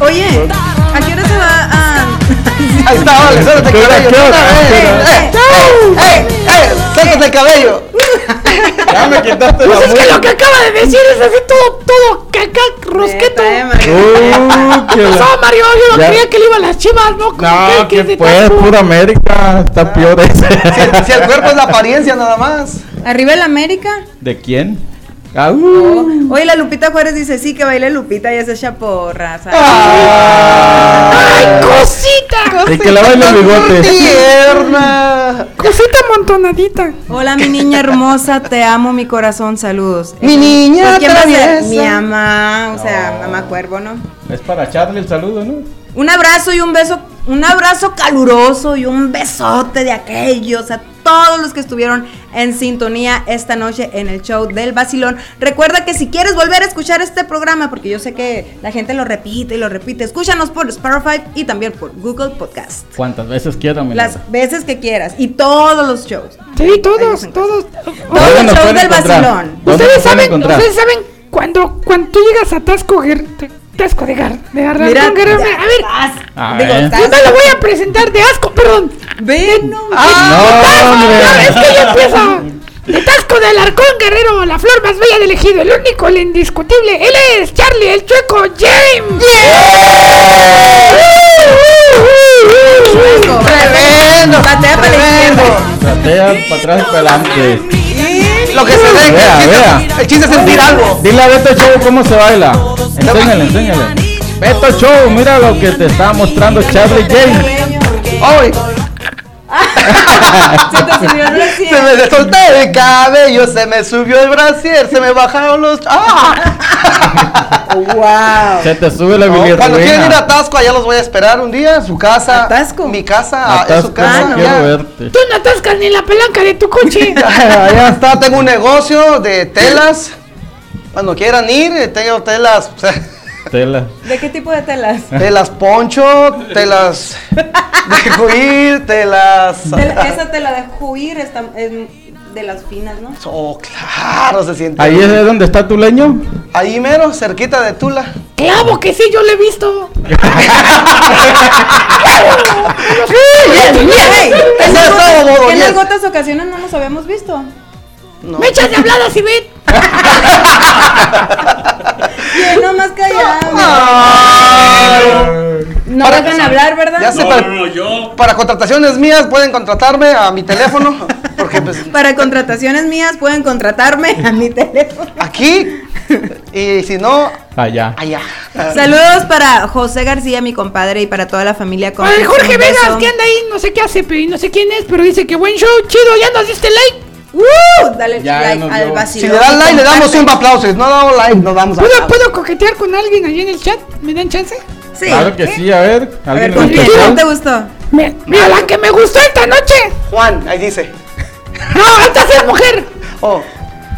Oye, ¿a qué hora se va Ah, a.? Ahí está, vale, suéltate el ¿Qué hora, cabello. qué hora? ¡Eh, eh, eh, eh! ¡Suéltate el cabello! Ya me quitaste Pues es que lo muela. que acaba de decir es así todo, todo caca, rosqueto. Eh, Mario. Uh, que la- No, Mario, yo no Ya. creía que le iba a las chivas, ¿no? Como No, que- que que de pues, tanto- pura América, Ah. está peor ese. Si, si el cuerpo es la apariencia nada más. Arriba el América. Oh, ¿De quién? Ah, uh. Oye, la Lupita Juárez dice: Sí, que baile Lupita y es esa porra. ¿sabes? Ah. ¡Ay, cosita! Y que le baile el bigote. ¡Tierna! Cosita amontonadita. Hola, mi niña hermosa, te amo, mi corazón, saludos. Mi niña Pues, ¿Quién va a ser? traviesa. Mi mamá, o sea, mamá cuervo, ¿no? Es para echarle el saludo, ¿no? Un abrazo y un beso, un abrazo caluroso y un besote de aquellos a todos los que estuvieron en sintonía esta noche en el show del Basilón. Recuerda que si quieres volver a escuchar este programa, porque yo sé que la gente lo repite y lo repite, escúchanos por Spotify y también por Google Podcast. Cuantas veces quieran, mi neta. Las veces que quieras y todos los shows. Sí, Ahí los todos, encuentras. todos. Todos ¿Dónde los nos shows pueden del encontrar? vacilón. ¿Dónde nos Ustedes pueden saben, encontrar? ustedes saben cuando, cuando tú llegas a Tasco Guer- te- Tasco de Gar, de Garrafón Guerrero, ya, a ver, tas- A digo, ver. tas- yo no lo voy a presentar de asco, perdón. Ven, no. ¡Ah! ¡No, hombre! ¡Ya ves que ya empieza! De Tasco del Arcón Guerrero, la flor más bella del ejido, el único, el indiscutible. Él es Charlie, el chueco, James. Tremendo, patea para la izquierda. Patea para atrás para adelante. Lo que se ve, Vea, que el vea. chiste- el chiste es sentir algo. Dile a Beto Show cómo se baila. Enséñale, enséñale. Beto Show, mira lo que te está mostrando Charlie James. ¡Ay! Se me desoltó el cabello, se me subió el brasier, se me bajaron los. ¡Ah! ¡Wow! Se te sube la bilirrubina. Cuando quieren ir a Tasco, allá los voy a esperar un día, su casa. Atasco. Mi casa, ah, es Atasco, su casa. no ya. quiero verte. Tú no atascas ni la palanca de tu coche. Ya, ya está, tengo un negocio de telas. Cuando quieran ir, eh, tengo telas, o sea, Tela. ¿De qué tipo de telas? telas poncho, telas de cuir, telas. Tela- esa tela de juir está, es de las finas, ¿no? Oh, claro, se siente. Ahí es de donde está tu leño. Ahí mero, cerquita de Tula. Clavo que sí, yo lo he visto. Ey, Ese en es algo- todo, Bobo, en yes. algo otras ocasiones no nos habíamos visto. No. Me echas de habladas y ven. Bien, no más callado. Ay. No Para- dejan hablar, ¿verdad? Ya sé, No, para, no, no, yo. para contrataciones mías pueden contratarme a mi teléfono. Porque pues Para contrataciones mías pueden contratarme a mi teléfono. aquí y si no, Allá. allá. Saludos para José García, mi compadre, y para toda la familia con Ay, Jorge un beso. Vegas, que anda ahí, no sé qué hace, pero y no sé quién es, pero dice que buen show, chido, ya nos diste like. ¡Uh! Dale Ya, ya like nos al vio. vacío. Si le dan like, le damos un aplauso. Si no damos like, nos damos ¿Puedo, aplauso. ¿Puedo coquetear con alguien ahí en el chat? ¿Me dan chance? Sí. Claro que sí, a ver. A ver, ¿Alguien ¿con en quién especial? te gustó? Me- mira, la que me gustó esta noche. Juan, ahí dice. No, esta sí es mujer. Oh.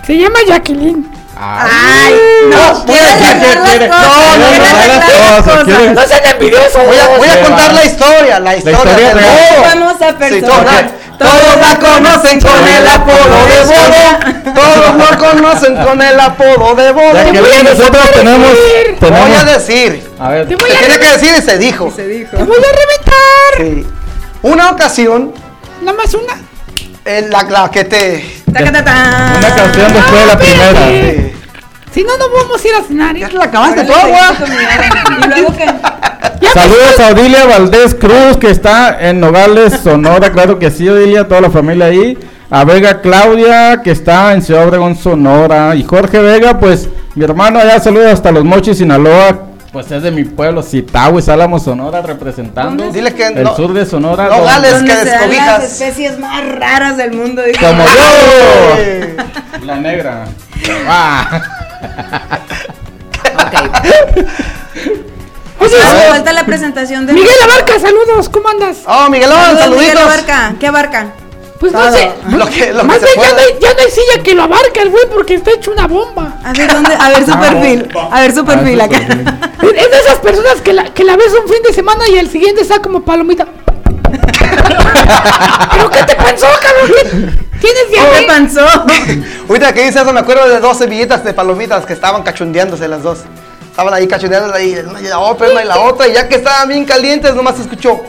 Se llama Jacqueline. Ay, No, quiero quiere, arreglar quiere, las cosas, quiere. No, quiero no, no, arreglar no, las no, cosas. quiere. No sean envidiosos. Voy a, voy a Se contar va. la historia, la historia, historia del real. bobo. Vamos a Sí, todos, personar. la- todos la conocen con el apodo de bobo. Todos lo conocen con el apodo de Ya que bobo. aquí nosotros tenemos. Voy a tenemos decir. a ver. Se tiene que decir y se dijo. Se dijo. Te voy a reventar. Sí. Una ocasión, Nada más una. en la, la que te. Tacatatán. Una canción después de la primera. te- Si no, no vamos a ir a cenar. ¿eh? la acabaste tú, Órale, agua. ¿Y luego qué? Saludos a Odilia Valdés Cruz, que está en Nogales, Sonora, claro que sí, Odilia, toda la familia ahí. A Vega Claudia, que está en Ciudad Obregón, Sonora. Y Jorge Vega, pues, mi hermano allá, saludos hasta Los Mochis, Sinaloa. Pues es de mi pueblo, Citahuis, Álamo, Sonora, representando Dile que el no- sur de Sonora. Nogales, Donde se donde- dan las descobijas. especies más raras del mundo. Ah, dijo. Como yo. Eh, La negra. Ah. O sea, ¿eh? Hace Ah, falta la presentación de Miguel Abarca, saludos, ¿cómo andas? Oh, Miguelón, Saludos, Miguel saluditos. Abarca. ¿Qué abarca? Pues no Todo. sé. Lo que- Ah, lo que Más se bien, ya pueda. no, hay, ya no hay silla que lo abarque el güey porque está hecho una bomba. A ver, ¿dónde? A ver su Ah, perfil. A ver su perfil Ah, acá. sí, sí. Es es de esas personas que la, que la ves un fin de semana y el siguiente está como palomita. ¿Pero qué te pasó, cabrón? ¿Qué- ¿Tienes Oh, ¿Qué te diabetes? panzó? Ahorita que dices eso, me acuerdo de dos semillitas de palomitas que estaban cachondeándose las dos. Estaban ahí cachondeándose y una y la otra, una y la otra. Y ya que estaban bien calientes, nomás se escuchó.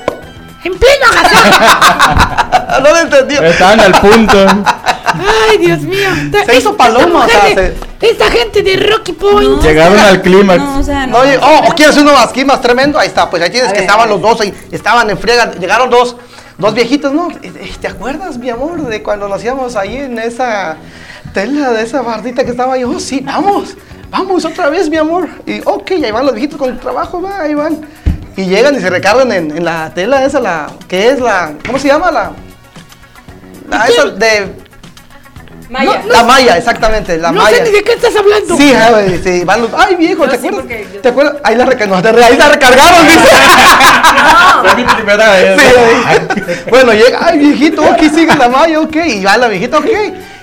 En pleno agasajo. Ah, No lo entendió. Estaban al punto. Ay, Dios mío. Esta- Se hizo esta paloma, o mujer sea, de- Esta gente de Rocky Point. Llegaron al clímax. No, o sea, no. No, oye, oh, ¿o quieres uno más, aquí más tremendo? Ahí está, pues ahí tienes A que ver, estaban a los dos ahí, estaban en friega, llegaron dos, dos viejitos, ¿no? Eh, eh, ¿Te acuerdas, mi amor, de cuando nos íbamos ahí en esa tela de esa bardita que estaba ahí? Oh, sí, vamos, vamos otra vez, mi amor. Y, ok, ahí van los viejitos con el trabajo, va, ahí van. Y llegan y se recargan en, en la tela esa, la, que es la, ¿cómo se llama? La, la esa de, Maya. la malla, exactamente, la No malla. sé ni de qué estás hablando. Sí, ah, güey, sí, van los. Ay, viejo, Yo ¿te sí, acuerdas? porque yo- ¿Te acuerdas? Ahí la, reca- no, te re- ahí la recargaron, dice. Fue mi primera Sí, vez. ahí. bueno, llega, ay, viejito, aquí sigue la malla, ok. Y va la viejita, ok.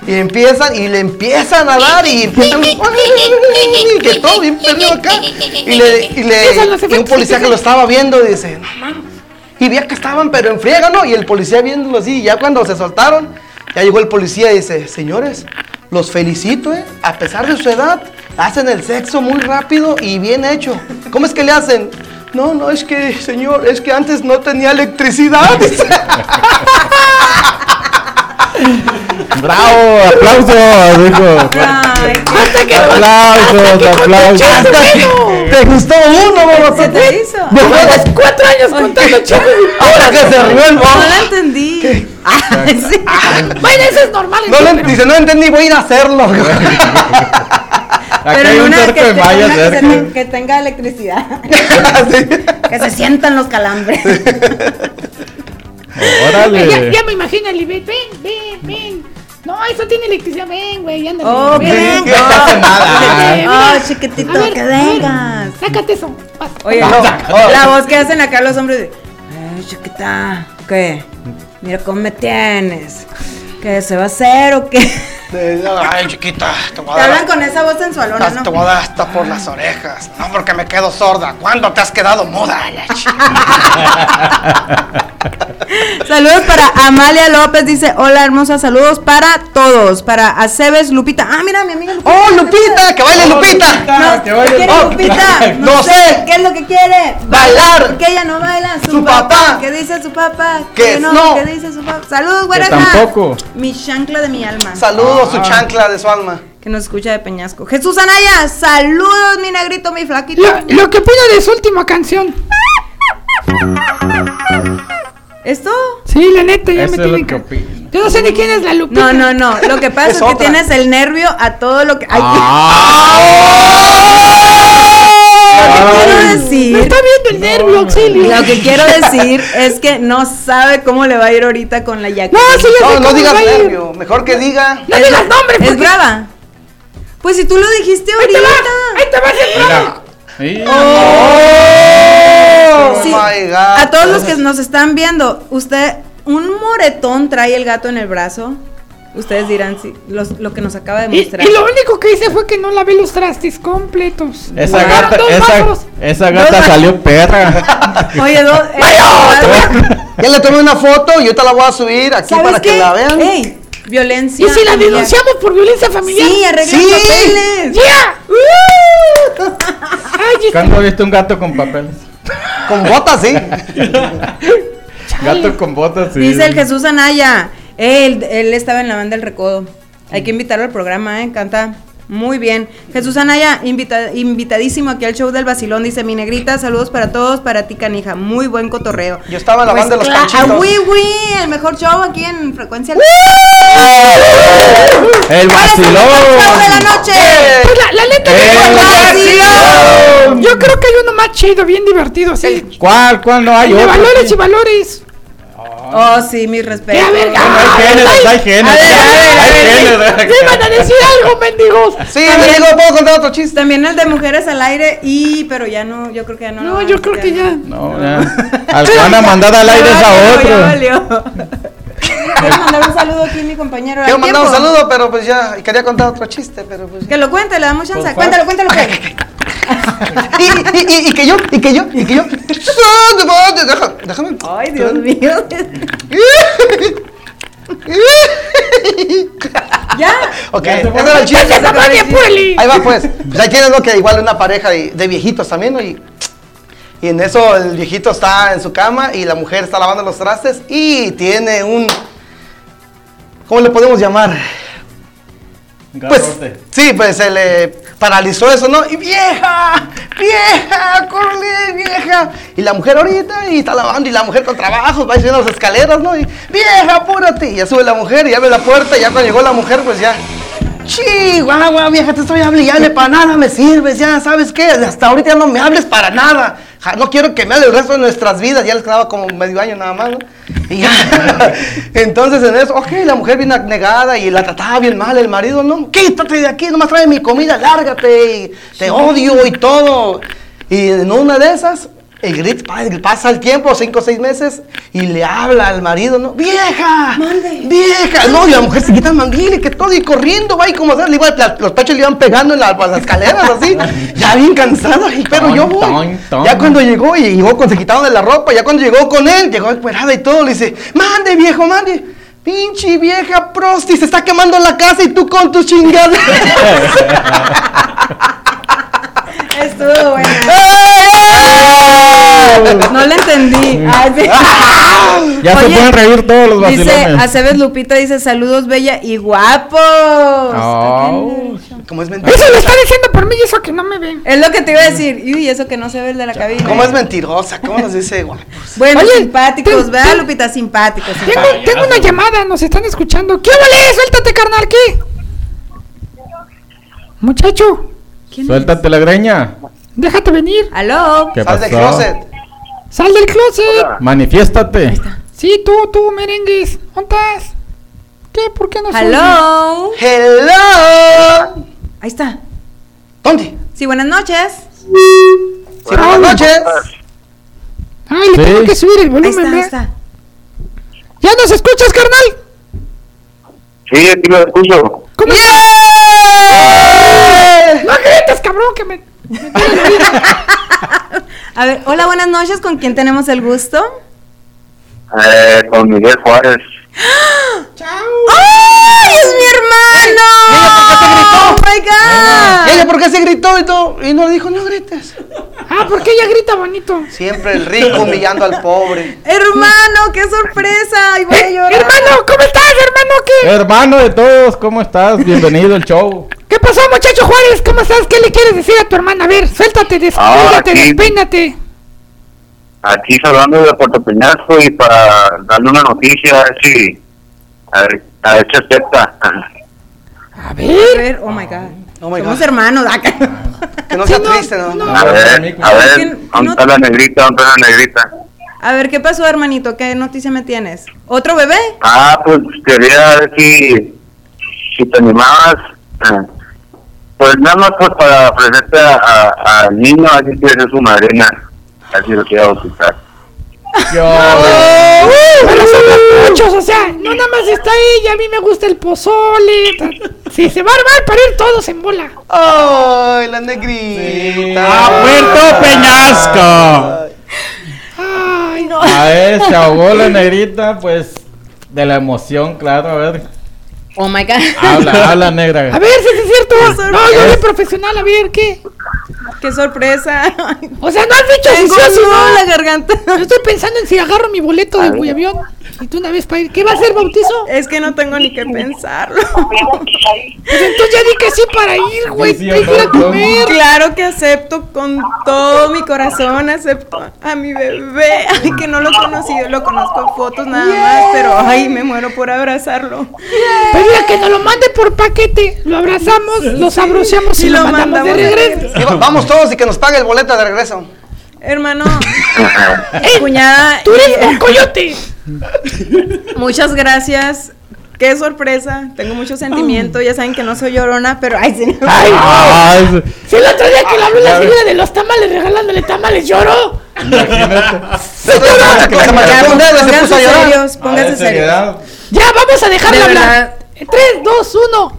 Y empiezan, y le empiezan a dar, y empiezan. y que todo bien perdido acá. Y le, y le- Esos los y un efectos, policía que esos. lo estaba viendo dice, no mames. Y veía que estaban, pero en friega, ¿no? Y el policía viéndolo así, y ya cuando se soltaron, ya llegó el policía y dice, señores, los felicito, ¿eh? A pesar de su edad, hacen el sexo muy rápido y bien hecho. ¿Cómo es que le hacen? No, no, es que, señor, es que antes no tenía electricidad. ¡Bravo! ¡Aplausos! Dijo. Hasta que ¡Aplausos! ¡Aplausos! ¿Te gustó uno, Bogotá? ¿Se te hizo? Después de cuatro años contando chistes. Ahora que se rió el No bobo. la entendí. Ah, Bueno, eso es normal. No le, entonces, dice, no entendí, voy a ir a hacerlo. Aquí hay un una cerco de te- malla una que, se cerca. te- que tenga electricidad. Que se sientan los calambres. pero- Ya, ¡Órale! ya me imagino el Ivette. Ven, ven, ven. No, eso tiene electricidad. Ven, güey, ándale. Oh, ven. ven, Ándale, no. mira. Ah, Oh, chiquitito, A ver, que a ver, vengas. Sácate eso. Vas. Oye, No, la- la voz que hacen acá los hombres de, ay, chiquita, ¿qué? Mira cómo me tienes. ¿Qué se va a hacer o qué? Ay, chiquita, te voy Te a dar. hablan con esa voz sensualona, Te voy a ¿no? dar hasta por las orejas. No, porque me quedo sorda. ¿Cuándo te has quedado muda? La chica? Saludos para Amalia López, dice, hola hermosa, saludos para todos, para Aceves Lupita. Ah, mira, mi amiga Lupita. ¡Oh, Lupita! ¡Que baile Lupita! No, que ¿qué baile quiere Lupita. Lupita? No sé. ¿Qué es lo que quiere? Bailar. Que ella no baila. Su, Su papá. papá. ¿Qué dice su papá? Que no. ¿Qué dice su papá? Saludos, güera. Tampoco. Mi chancla de mi alma. Saludos, su chancla de su alma. Que nos escucha de Peñasco. Jesús Anaya, saludos, mi negrito, mi flaquito. Lo, lo que opino de su última canción. ¿Esto? Sí, la neta, ya me Eso es tiene lo que que... opino. Yo no sé ni quién es la Lupita. No, no, no. Lo que pasa Es es, que otra. tienes el nervio a todo lo que. Ay, Ah. lo que quiero Me decir. está viendo el nervio, auxilio. Lo que quiero decir es que no sabe cómo le va a ir ahorita con la yaca. No, sí, ya No, sé cómo no digas va a ir. nervio. Mejor que diga. No digas nombres. ¿Es porque- brava? Pues si tú lo dijiste Ahí ahorita. te va. Ahí te va ese bravo. Mira. Sí. Oh, Sí, my God. a todos los que nos están viendo, usted, un moretón trae el gato en el brazo. Ustedes dirán sí, los- lo que nos acaba de Y, mostrar. y lo único que hice fue que no lavé los trastes completos. Esa Fueron gata, dos esa, eh, vasos. esa Dos gata va- salió perra. Oye, dos. eh, Ya le tomé una foto y yo te la voy a subir aquí ¿Sabes para qué? que la vean. Ey, violencia. ¿Y si la familiar. denunciamos por violencia familiar? Sí, arregla Sí. papeles. ¡Ya! Uh, Ay, este- ¿Cuándo viste un gato con papeles? Con botas, sí. Gato con botas, sí. Dice el Jesús Anaya. "Eh, Él, él estaba en la banda El Recodo. Hay que invitarlo al programa, ¿eh? Canta muy bien. Jesús Anaya, invita- invitadísimo aquí al show del Basilón. Dice, mi negrita, saludos para todos, para ti, canija. Muy buen cotorreo. Yo estaba en la banda de los cla- canchitos. ah, oui, oui, el mejor show aquí en Frecuencia. ¡Eh! ¡El ¿Cuál es el mejor show de la vacilón! noche? Pues la, la neta, ¡Eh, yo, vacilón! yo creo que hay uno más chido, bien divertido, así. ¿Cuál? ¿Cuál no hay? De otro? valores y valores. Oh, sí, mis ¡Qué respetos. verga! Hay géneros, hay géneros. Hay ¡Me van a géneros. decir algo, mendigos! Sí, me digo, puedo contar otro chiste. También el de Mujeres al Aire, y pero ya no, yo creo que ya no. lo No, van a yo creo hacer. que ya. No, ya. Al que van a mandar al aire es Ya a valió, otro. ya valió. Quiero mandar un saludo aquí a mi compañero. Quiero ¿Hay mandar un tiempo? saludo, pero pues ya, y quería contar otro chiste, pero pues ya. Que lo cuente, le damos chance. Por Cuéntalo, cuéntalo, Fer. Y, y, y, y que yo, y que yo, y que yo. Deja- Déjame. Ay, Dios mío. ya. Ok, Ya se ese fue. era el chiste. ¡Vaya, mamá, bien, Puli! Ahí va pues. Pues ahí tienes lo que igual una pareja de, de viejitos también, ¿no? Y, y en eso el viejito está en su cama y la mujer está lavando los trastes y tiene un. ¿Cómo le podemos llamar? Pues, sí, pues se le paralizó eso, ¿no? Y vieja, vieja, corre, vieja. Y la mujer ahorita y está lavando y la mujer con trabajo, va subiendo las escaleras, ¿no? Y vieja, apúrate. Y ya sube la mujer y abre la puerta y ya cuando llegó la mujer, pues ya. Chihuahua, vieja, te estoy hablando y ya le para nada me sirves, ya, ¿sabes qué? Hasta ahorita ya no me hables para nada. Ja, no quiero que me hables el resto de nuestras vidas. Ya les quedaba como medio año nada más, ¿no? Y ya. Entonces en eso, ok, la mujer bien negada y la trataba bien mal el marido, no, quítate de aquí, nomás trae mi comida, lárgate, y te odio y todo. Y en una de esas, el grit- pa- el- pasa el tiempo, cinco o seis meses, y le habla al marido, ¿no? ¡Vieja! ¡Vieja! No, y la mujer se quita el mandil y que todo, y corriendo, va, y como sea, le iba- la- los pechos le iban pegando en la- a las escaleras, así, ya bien cansada, y pero yo voy. Ton, ton, ton. Ya cuando llegó, y llegó con, se quitaron de la ropa, ya cuando llegó con él, llegó esperada y todo, le dice, mande viejo, mande. Pinche vieja prosti, se está quemando la casa y tú con tus chingadas. Estuvo bueno. ¡Ey! No le entendí. Ay, sí. Ya se Oye, pueden reír todos los Dice, vacilones. Aceves Lupita dice, saludos bella y guapos. pues, Oh. Como es mentira. Eso lo está diciendo por mí y eso que no me ven. Es lo que te iba a decir. Y eso que no se ve el de la cabina. ¿Cómo es mentirosa? ¿Cómo nos dice guapos? Bueno, Oye, simpáticos, te- ¿verdad, te- Lupita? Simpáticos. Tengo, simpáticos. tengo una llamada, nos están escuchando. ¿Qué vale? Suéltate, carnal, ¿qué? Muchacho, Suéltate la greña. déjate venir. ¿Aló? ¿Qué Sal del pasó? closet. Sal del closet. Manifiéstate. Sí, tú, tú, merengues. ¿Dónde estás? ¿Qué? ¿Por qué no Hello. Hello. Ahí está. ¿Dónde? Sí, buenas noches. Buenas noches. Ay, Sí. le tengo que subir el Ahí volumen, está, ahí ¿verdad? está. ¿Ya nos escuchas, carnal? Sí, aquí lo escucho. ¿Cómo estás? ¡No grites, cabrón, que me... A ver, hola, buenas noches. ¿Con quién tenemos el gusto? Eh, con Miguel Juárez. ¡Ay, es mi hermano! ¿Por qué se gritó? ¡Oh, my God! ¿Y ella por qué se gritó y todo? Y no dijo, no grites. Ah, porque ella grita bonito. Siempre el rico humillando al pobre. Hermano, qué sorpresa. Ay, voy a llorar. Eh, Hermano, ¿cómo estás, hermano? Eh, ¿Qué, Hermano de todos, ¿cómo estás? Bienvenido al show. ¿Qué pasó, muchacho Juárez? ¿Cómo estás? ¿Qué le quieres decir a tu hermana? A ver, suéltate, despeínate, aquí. despeínate. Aquí hablando de Puerto Peñasco y para darle una noticia, a ver si, a ver, a ver si acepta. A ver. oh my God. my Somos hermanos. Ah, Que no sea triste, ¿no? A ver, a ver, ¿dónde está la negrita? ¿Dónde está la negrita? A ver, ¿qué pasó, hermanito? ¿Qué noticia me tienes? ¿Otro bebé? Ah, pues quería ver si, si te animabas. Ah, Pues nada más pues, para ofrecerte a- a- al niño, así que eres su madrina. Así lo quiero bautizar. Uh, pero somos muchos, o sea, no nada más está ella, a mí me gusta el pozole. ta- Sí, se va a armar para ir todos en bola. ¡Ay, la negrita! ¡A Puerto Peñasco! Ay, no. A ver, se ahogó la negrita, pues de la emoción, claro. A ver, Oh my God. habla, habla negra. A ver si sí es cierto. sorpresa. No, yo soy profesional, a ver, ¿qué? ¡Qué sorpresa! O sea, no has dicho si Tengo sí o si un nudo no. en la garganta. Yo estoy pensando en si agarro mi boleto del avión y tú una vez para ir. ¿Qué va a ser, bautizo? Es que no tengo ni que pensarlo. Pues entonces ya di que sí para ir, güey. Sí, sí, Hay que ir a no, comer. Claro que acepto con todo mi corazón, acepto a mi bebé, ay, que no lo conocí, yo lo conozco en fotos nada más, pero ay, me muero por abrazarlo. Pero mira, que nos lo mande por paquete. Lo abrazamos, lo sabroseamos y, lo mandamos, de regreso. Y va- Vamos todos y que nos pague el boleto de regreso. Hermano, cuñada, ¡Tú eres y- un coyote! muchas gracias. Qué sorpresa, tengo mucho sentimiento, ya saben que no soy llorona, pero ay, sí. ¡Ay, no! Ay, Si el otro día que le habló Ya la ves. señora de los tamales regalándole tamales, lloró. imagínate. Que se machucó un dedo y se puso a Pónganse llorar. serios, pónganse serios. seriedad. Ya, vamos a dejarle De hablar. verdad. En 3, 2, 1.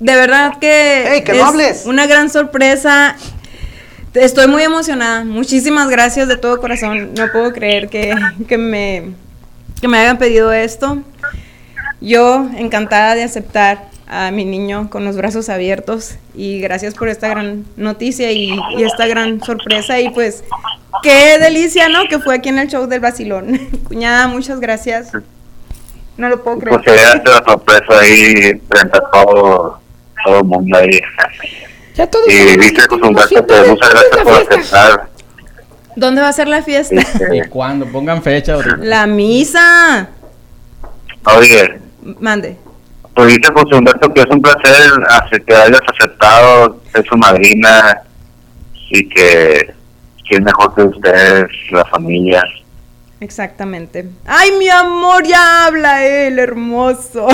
De verdad que, Ey, que no es hables. una gran sorpresa. Estoy muy emocionada. Muchísimas gracias de todo corazón. No puedo creer que, que me, que me hayan pedido esto. Yo encantada de aceptar a mi niño con los brazos abiertos y gracias por esta gran noticia y, y esta gran sorpresa y pues qué delicia, ¿no? Que fue aquí en el show del vacilón. Cuñada, muchas gracias. No lo puedo creer. Pues quería darte la sorpresa ahí frente a todo, todo el mundo ahí. Ya todos Y sabemos que viste con tenemos gracias, fiesta de- muchas de gracias por fiesta. aceptar. ¿Dónde va a ser la fiesta? ¿Y Este, cuándo? Pongan fecha ahorita. La misa. oye, Mande. pues viste José Humberto que es un placer ace- que hayas aceptado ser su madrina y que, que es mejor que ustedes, la familia. Exactamente. Ay, mi amor, ya habla él, hermoso.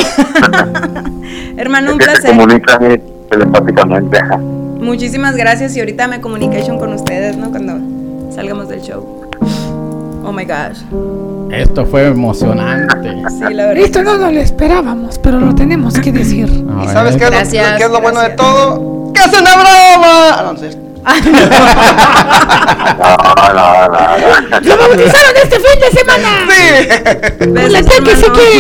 Hermano, un Es que se placer. comunica eh, telepáticamente. ajá. Muchísimas gracias y ahorita me communication con ustedes, ¿no? Cuando salgamos del show. Oh my gosh. Esto fue emocionante. Sí, la verdad. Esto no nos lo esperábamos, pero lo tenemos que decir. A ¿Y ver. sabes qué es lo, Gracias, qué es lo bueno de gracias. todo? ¡Que es una broma! Ah, no, no es cierto. No, no, no, no. ¡Lo bautizaron este fin de semana! ¡La Besos, que se hermano. que!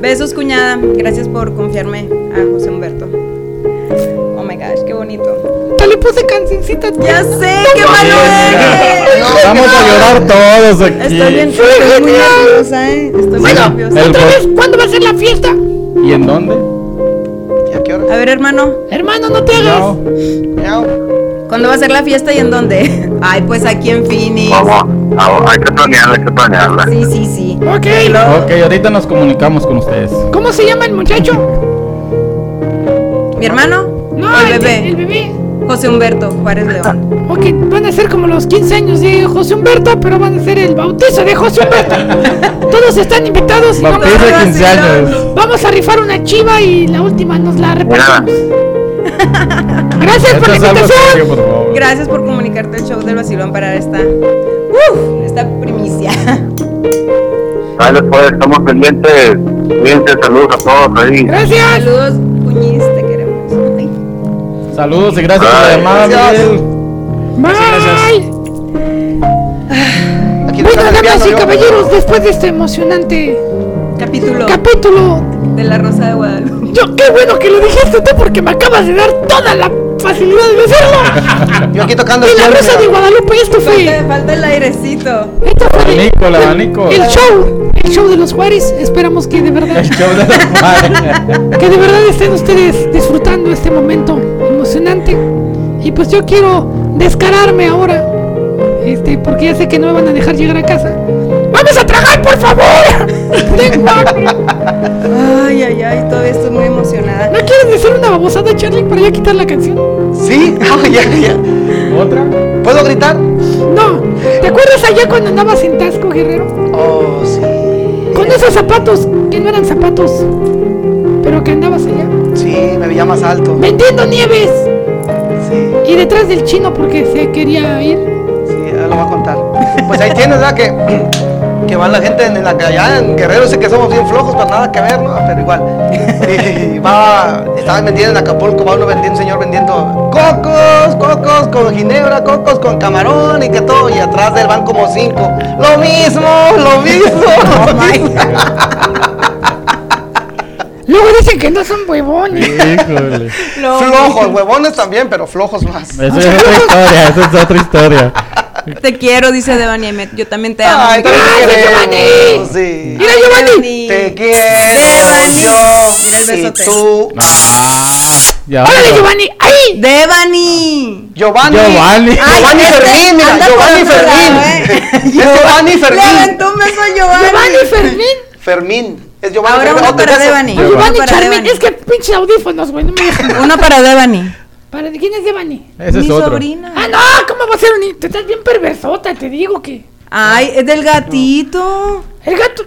Besos, cuñada. Gracias por confiarme a José Humberto. Oh my gosh, qué bonito. Te le puse cancioncita. Ya sé, qué malo eres. Vamos a llorar todos aquí. Estoy bien, estoy muy nerviosa, ¿eh? Estoy muy Bueno, nerviosa. el ¿otra gol- vez? ¿Cuándo va a ser la fiesta? ¿Y en dónde? A ver, hermano. Hermano, no te hagas. ¿Cuándo va a ser la fiesta y en dónde? Ay, pues aquí en Phoenix. Ah, Hay que planearla, hay que planearla. Sí, sí, sí. Ok. Ok, ahorita nos comunicamos con ustedes. ¿Cómo se llama el muchacho? ¿Mi hermano? No, el el de- bebé. el bebé. José Humberto Juárez León. Ok, van a ser como los 15 años de José Humberto, pero van a ser el bautizo de José Humberto. Todos están invitados. y Bautizo de 15 años. Vamos a rifar una chiva y la última nos la Mira. repartimos. Gracias por la Esto es algo invitación. serio, por favor. Gracias por comunicarte al show del vacilón para esta. Uf, esta primicia. Ahí después estamos pendientes. Cuídense, saludos a todos ahí. Saludos, puñis, te queremos. Saludos y gracias por la llamada, Miguel. Bye. Bueno, damas y caballeros, después de este emocionante capítulo capítulo de la Rosa de Guadalupe. Yo qué bueno que lo dijiste tú porque me acabas de dar toda la facilidad de hacerlo. Yo aquí tocando Y la el Rosa de Guadalupe esto fue. Falta, falta el airecito. Esto fue Abanico, el abanico. el show, el show de los Juárez. Esperamos que de verdad El show de los Juárez. que de verdad estén ustedes disfrutando este momento emocionante. Y pues yo quiero descararme ahora. Este, porque ya sé que no me van a dejar llegar a casa. ¡Vamos a tragar, por favor! Tengo hambre. Ay, ay, ay, todavía estoy muy emocionada. ¿No quieres decir una babosada, Charlie, para ya quitar la canción? Sí, Ah, ya, ya. ¿Otra? ¿Puedo gritar? No. ¿Te acuerdas allá cuando andabas en Tasco, guerrero? Oh, sí. Con esos zapatos, que no eran zapatos, pero que andabas allá. Sí, me veía más alto. Vendiendo nieves. Y detrás del chino porque se quería ir. Sí, ahora lo voy a contar. Pues ahí tienes, ¿verdad? Que, que van la gente en la calle. Allá en Guerrero sé que somos bien flojos, pero nada que ver, ¿no? Pero igual. Y va, estaban vendiendo en Acapulco, va uno vendiendo, un señor vendiendo cocos, cocos con ginebra, cocos con camarón y que todo. Y atrás de él van como cinco. Lo mismo, lo mismo. lo mismo. Luego dicen que no son huevones. Híjole. flojos, huevones también, pero flojos más. Esa es otra historia, esa es otra historia. Te quiero, Ah. dice Devani Emet. Yo también te amo. Ay, te queremos, sí. ¡Mira, Giovanni! Te quiero yo. Si besote. tú. Ya. Giovanni! ¡Ahí! ¡Devani! Giovanni. Giovanni. Ay, Giovanni este Fermín, mira, anda Giovanni por otro lado, Fermín. Es Giovanni Le Fermín. aventó un beso a Giovanni. Giovanni Fermín. Fermín. Es Giovanni Ahora Fermín. uno Oh, te para beso. Devani. Giovanni, Uno para Charmin, Devani. es que pinche audífonos, güey, no me dejan. Uno para Devani. ¿Para de quién es Devani? Ese es Mi otro. sobrina. ¡Ah, no! ¿Cómo va a ser un... Tú estás bien perversota, te digo que... Ay, es del gatito. El gato...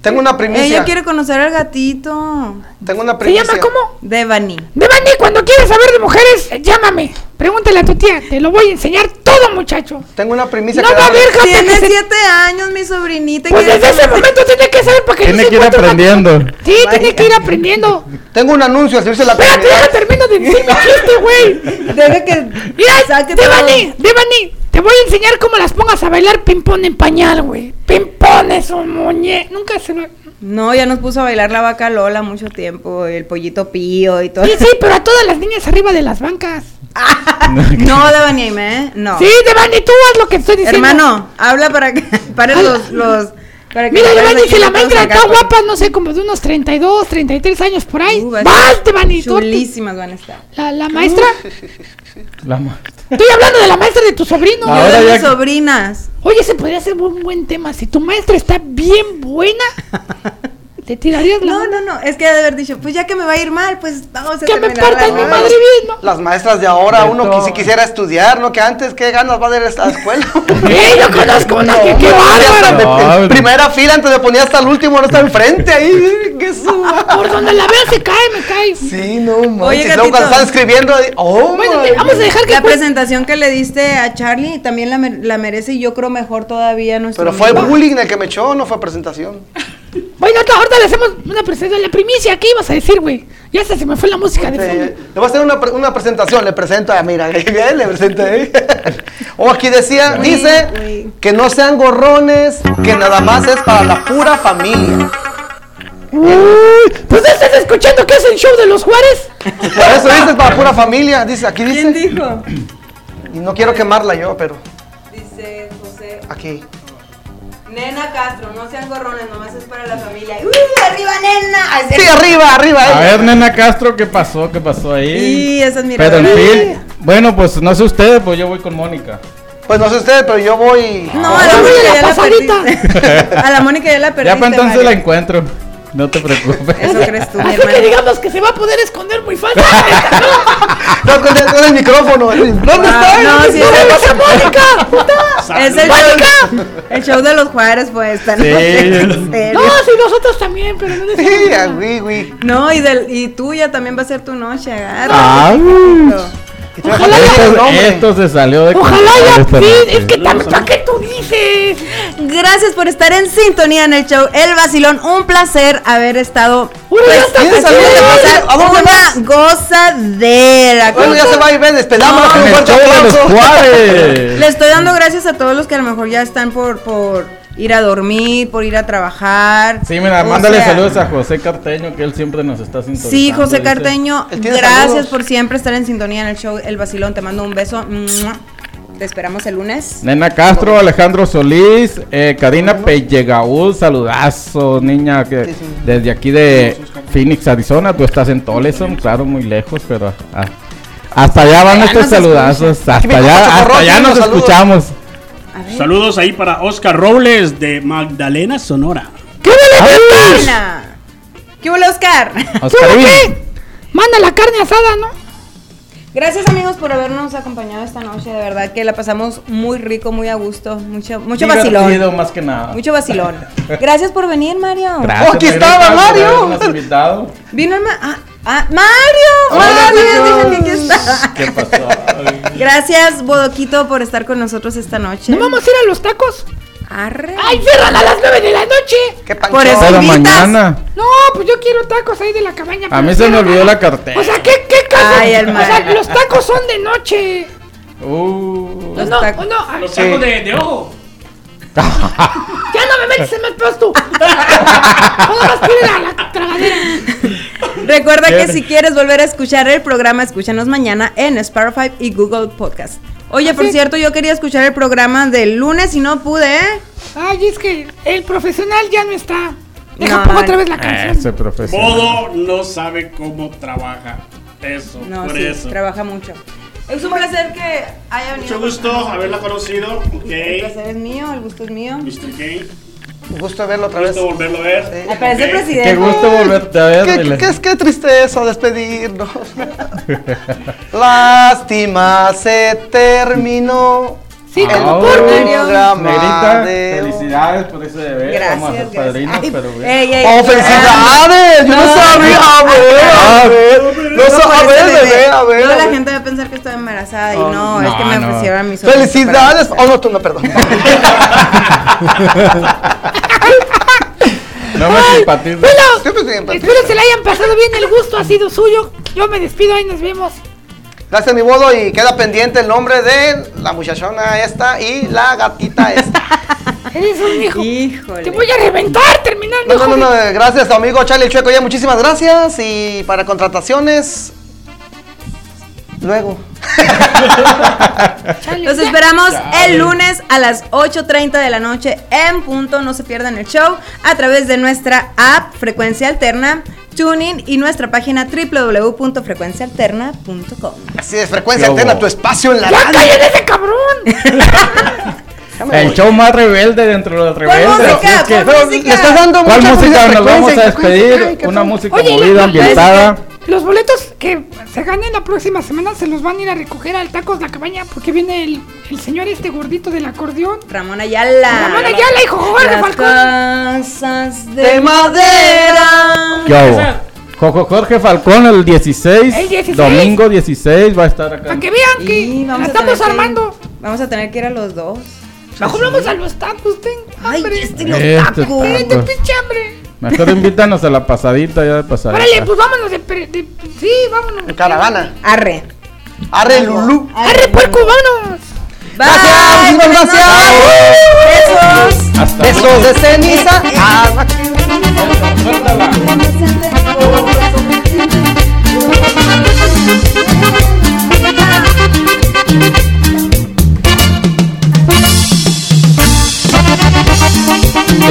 Tengo una Ella primicia. quiere conocer al gatito. Tengo una ¿Se primicia. llama cómo? Devani. Devani, cuando quieres saber de mujeres, eh, llámame. Pregúntale a tu tía, te lo voy a enseñar todo, muchacho. Tengo una primicia. No que va a darle. haber jata Tiene que se- siete años, mi sobrinita. Pues quiere desde ese conocer- momento tiene que saber para que no Tiene se que ir encuentre una- aprendiendo. Sí, tiene que ir aprendiendo. Tengo un anuncio, si dice la Espérate, primicia. deja, termino de decir mi chiste, güey. Deja que Mira, saque Devani, Devani, te voy a enseñar cómo las pongas a bailar ping-pong en pañal, güey. Ping-pong es un muñe... Nunca se lo... No, ya nos puso a bailar la vaca Lola mucho tiempo, el pollito pío y todo. Sí, sí, pero a todas las niñas arriba de las bancas. No, Devani, ¿eh? No. Sí, Devani, tú haz lo que estoy diciendo. Hermano, habla para que paren los, los para que Mira, los Devani, si vecinos la todos maestra acá está con- guapa, no sé, como de unos 32, 33 años por ahí. Uh, va a ¡Vas, estar Devani! tú- Chulísimas van a estar. La, la maestra. Uh. La ma- Estoy hablando de la maestra de tu sobrino. Yo Ahora de ya- mis sobrinas. Oye, se podría hacer un buen tema. Si tu maestra está bien buena, te tirarías la. No, onda. no, no, es que ha de haber dicho, pues ya que me va a ir mal, pues vamos a Que me terminar la partan mi carrera. madre bien. Las maestras de ahora, De uno que todo. si quisiera estudiar, ¿no? Que antes, ¿qué ganas va a dar esta escuela? ¡Eh, yo conozco una que qué No, hasta bárbara! me- Bárbaro. en primera fila, antes de ponía hasta el último, ahora está enfrente ahí. ¡Qué suba! Por donde la vea se cae, me cae. Sí, no Oye, manches. Luego cuando gatito. están escribiendo, ahí- ¡oh! Bueno, my- te- vamos a dejar que. La cuente- presentación que le diste a Charlie también la, mer- la merece y yo creo mejor todavía nuestro Pero fue amigo. bullying el que me echó, no fue presentación. Bueno, ahorita- ahorita le hacemos una presentación. La primicia, ¿qué ibas a decir, güey? Ya hasta se me fue la música de Eh, fondo. le voy a hacer una, pre- una presentación, le presento a, mira, bien, le presento ahí. O aquí decía, dice que no sean gorrones, que nada más es para la pura familia. Uy, pues ya estás escuchando que es el show de los Juárez. Por eso dices para pura familia, dice, aquí dice. ¿Quién dijo? Y no quiero quemarla yo, pero Dice José. aquí. Nena Castro, no sean gorrones, nomás es para la familia. ¡Uy, arriba, nena! Ay, Sí, arriba, arriba. eh. A ver, nena Castro, ¿qué pasó? ¿Qué pasó ahí? Sí, esa es mi Pero en regla. fin, bueno, pues no sé ustedes, pues yo voy con Mónica. Pues no sé ustedes, pero yo voy. No, a la Mónica ya la perdiste. A la Mónica ya la perdiste. ya para entonces Mario. la encuentro. No te preocupes. Eso crees tú, mi Así hermano. que digamos que se va a poder esconder muy fácil. No, con el, con el micrófono. ¿Dónde Ah, está? no, sí, ¡Vamos a Mónica! Es el show, el show de los Juárez, pues, esta noche, en serio. No, sí, nosotros también, pero no les Sí, ah, güey, güey. No, y, del, y tuya también va a ser tu noche, agarra. Ah, Ojalá esto, esto se salió de Ojalá control ya, esta sí, noche. es que también, ¿para qué tú dices? Gracias por estar en sintonía en el show El Vacilón. Un placer haber estado. pues, Uy, ya está ¿Quieres haciendo salir? pasar ¿A dónde vas? una gozadera. Bueno, ya se va y ven, despedamos con un El fuerte show de los aplauso. Juárez. Le estoy dando gracias a todos los que a lo mejor ya están por, por ir a dormir, por ir a trabajar. Sí, mira, O mándale sea, saludos a José Carteño, que él siempre nos está sintonizando. Sí, José dice. Carteño, Él tiene gracias saludos. por siempre estar en sintonía en el show El Vacilón. Te mando un beso. Mua. Te esperamos el lunes. Nena Castro, Alejandro Solís, eh, Karina Pellegaúl, saludazo, niña, que Sí, sí. desde aquí de Phoenix, Arizona, tú estás en Tolleson, claro, muy lejos, pero ah, hasta allá van Allá estos nos saludazos, Aquí hasta mi compa allá, hasta Chaparrón allá tiene nos los saludos. escuchamos. A ver. Saludos ahí para Oscar Robles de Magdalena, Sonora. Hola. ¿Qué hubo, Oscar? Oscarín. Manda la carne asada, ¿no? Gracias amigos por habernos acompañado esta noche, de verdad que la pasamos muy rico, muy a gusto, mucho, mucho Divertido, vacilón. más que nada. Mucho vacilón. Gracias por venir, Mario. Gracias, aquí Mayra, estaba gracias por Mario. habernos invitado. Vino el ma- ah, ah, Mario. Mario, dije que aquí está. ¿Qué pasó? Ay. Gracias, Bodoquito, por estar con nosotros esta noche. ¿No vamos a ir a los tacos? Arre. ¡Ay, cierran a las 9 de la noche! Qué Por eso- Pero invitas? mañana, No, pues yo quiero tacos ahí de la cabaña. a pero mí se me cierran olvidó a- la cartera. O sea, ¿qué, qué caso? Ay, el o sea, mal. los tacos son de noche. Uh. O no, tac- o Oh, no, ay, Los tacos de, de ojo. ya no me metes en más pedos tú. Nada más pide a la tragadera. Recuerda que ¿Quieres? si quieres volver a escuchar el programa, escúchanos mañana en Spotify y Google Podcast. Oye, por Sí. cierto, yo quería escuchar el programa del lunes y no pude. ¿eh? Ay, es que el profesional ya no está. Deja No, pongo ay. otra vez la canción. Eh, Ese profesor. Bodo no sabe cómo trabaja. Eso, No, por sí, eso. trabaja mucho. Es un placer que haya venido. Mucho gusto haberla conocido. El Ok. placer es mío, el gusto es mío. Mr. Kane. Un gusto verlo otra vez. Gusto volverlo a ver. Sí. Aparece el Ok. presidente. Qué gusto ¿eh? volverte a ver. Qué, dile. qué, qué tristeza despedirnos. Lástima, se terminó. Sí, el Ah, programa Negrita, de- felicidades por ese deber. Vamos a Gracias. ser gracias. padrinos, Ay, pero bien. ey, ey, ¡Oh, felicidades! Yo no, sabía, a ver, a ver. No, No, sabía, a por ver, ese bebé, bebé. a ver. Luego la a ver. Oh, gente va a pensar que estoy embarazada y no, es que no, me no. ofrecieron mis órganos ¡Felicidades! para- Oh, no, tú no, perdón. No me simpatizo. Yo pensé en Bueno, partido. espero se la hayan pasado bien. El gusto ha sido suyo. Yo me despido, ahí nos vemos. Gracias, mi bodo. Y queda pendiente el nombre de la muchachona esta y la gatita esta. Eres un hijo. oh, Híjole. Te voy a reventar No, terminando. no, no, no, joven. Gracias, tu amigo Charlie Chueco. Ya, muchísimas gracias. Y para contrataciones. Luego. Chale, Los ya. esperamos el lunes a las 8.30 de la noche en punto. No se pierdan el show a través de nuestra app Frecuencia Alterna, Tuning y nuestra página www.frecuencialterna.com. Así es, frecuencia Yo. alterna, tu espacio en la ¡Ya radio. cállense, ese cabrón! Ya me El voy. show más rebelde dentro del rebelde. música, así es que- pon Pero música. le estás dando ¿Cuál mucha música publicidad nos vamos a frecuencia, frecuencia. despedir? Ay, qué Una feo. música Oye, y la- movida, la- ambientada. Los boletos que se ganen la próxima semana se los van a ir a recoger al Tacos La Cabaña porque viene el, el señor este gordito del acordeón. Ramón Ayala. Ramón Ayala, hijo Jorge Las Falcón. casas de De madera. ¿Qué hago? Jojo Jorge Falcón el 16, El 16. domingo 16 va a estar acá. Para que vean que Y la vamos a estamos tener que- armando. Vamos a tener que ir a los dos. Mejor vamos a los tacos, tengo Ay, hambre. este los Este tacos. está- Vete, pinche hambre. Mejor invítanos a la pasadita ya de pasadita. Órale, pues vámonos de, pre- de- Sí, vámonos. En caravana. Arre. Arre Lulú. ¡Arre, puerco, vámonos! Bye. Gracias, muchísimas gracias. Besos. Hasta Besos de ceniza. Ah,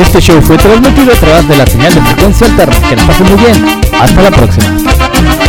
Este show fue transmitido a través de la señal de frecuencia alterna. Que la pasen muy bien. Hasta la próxima.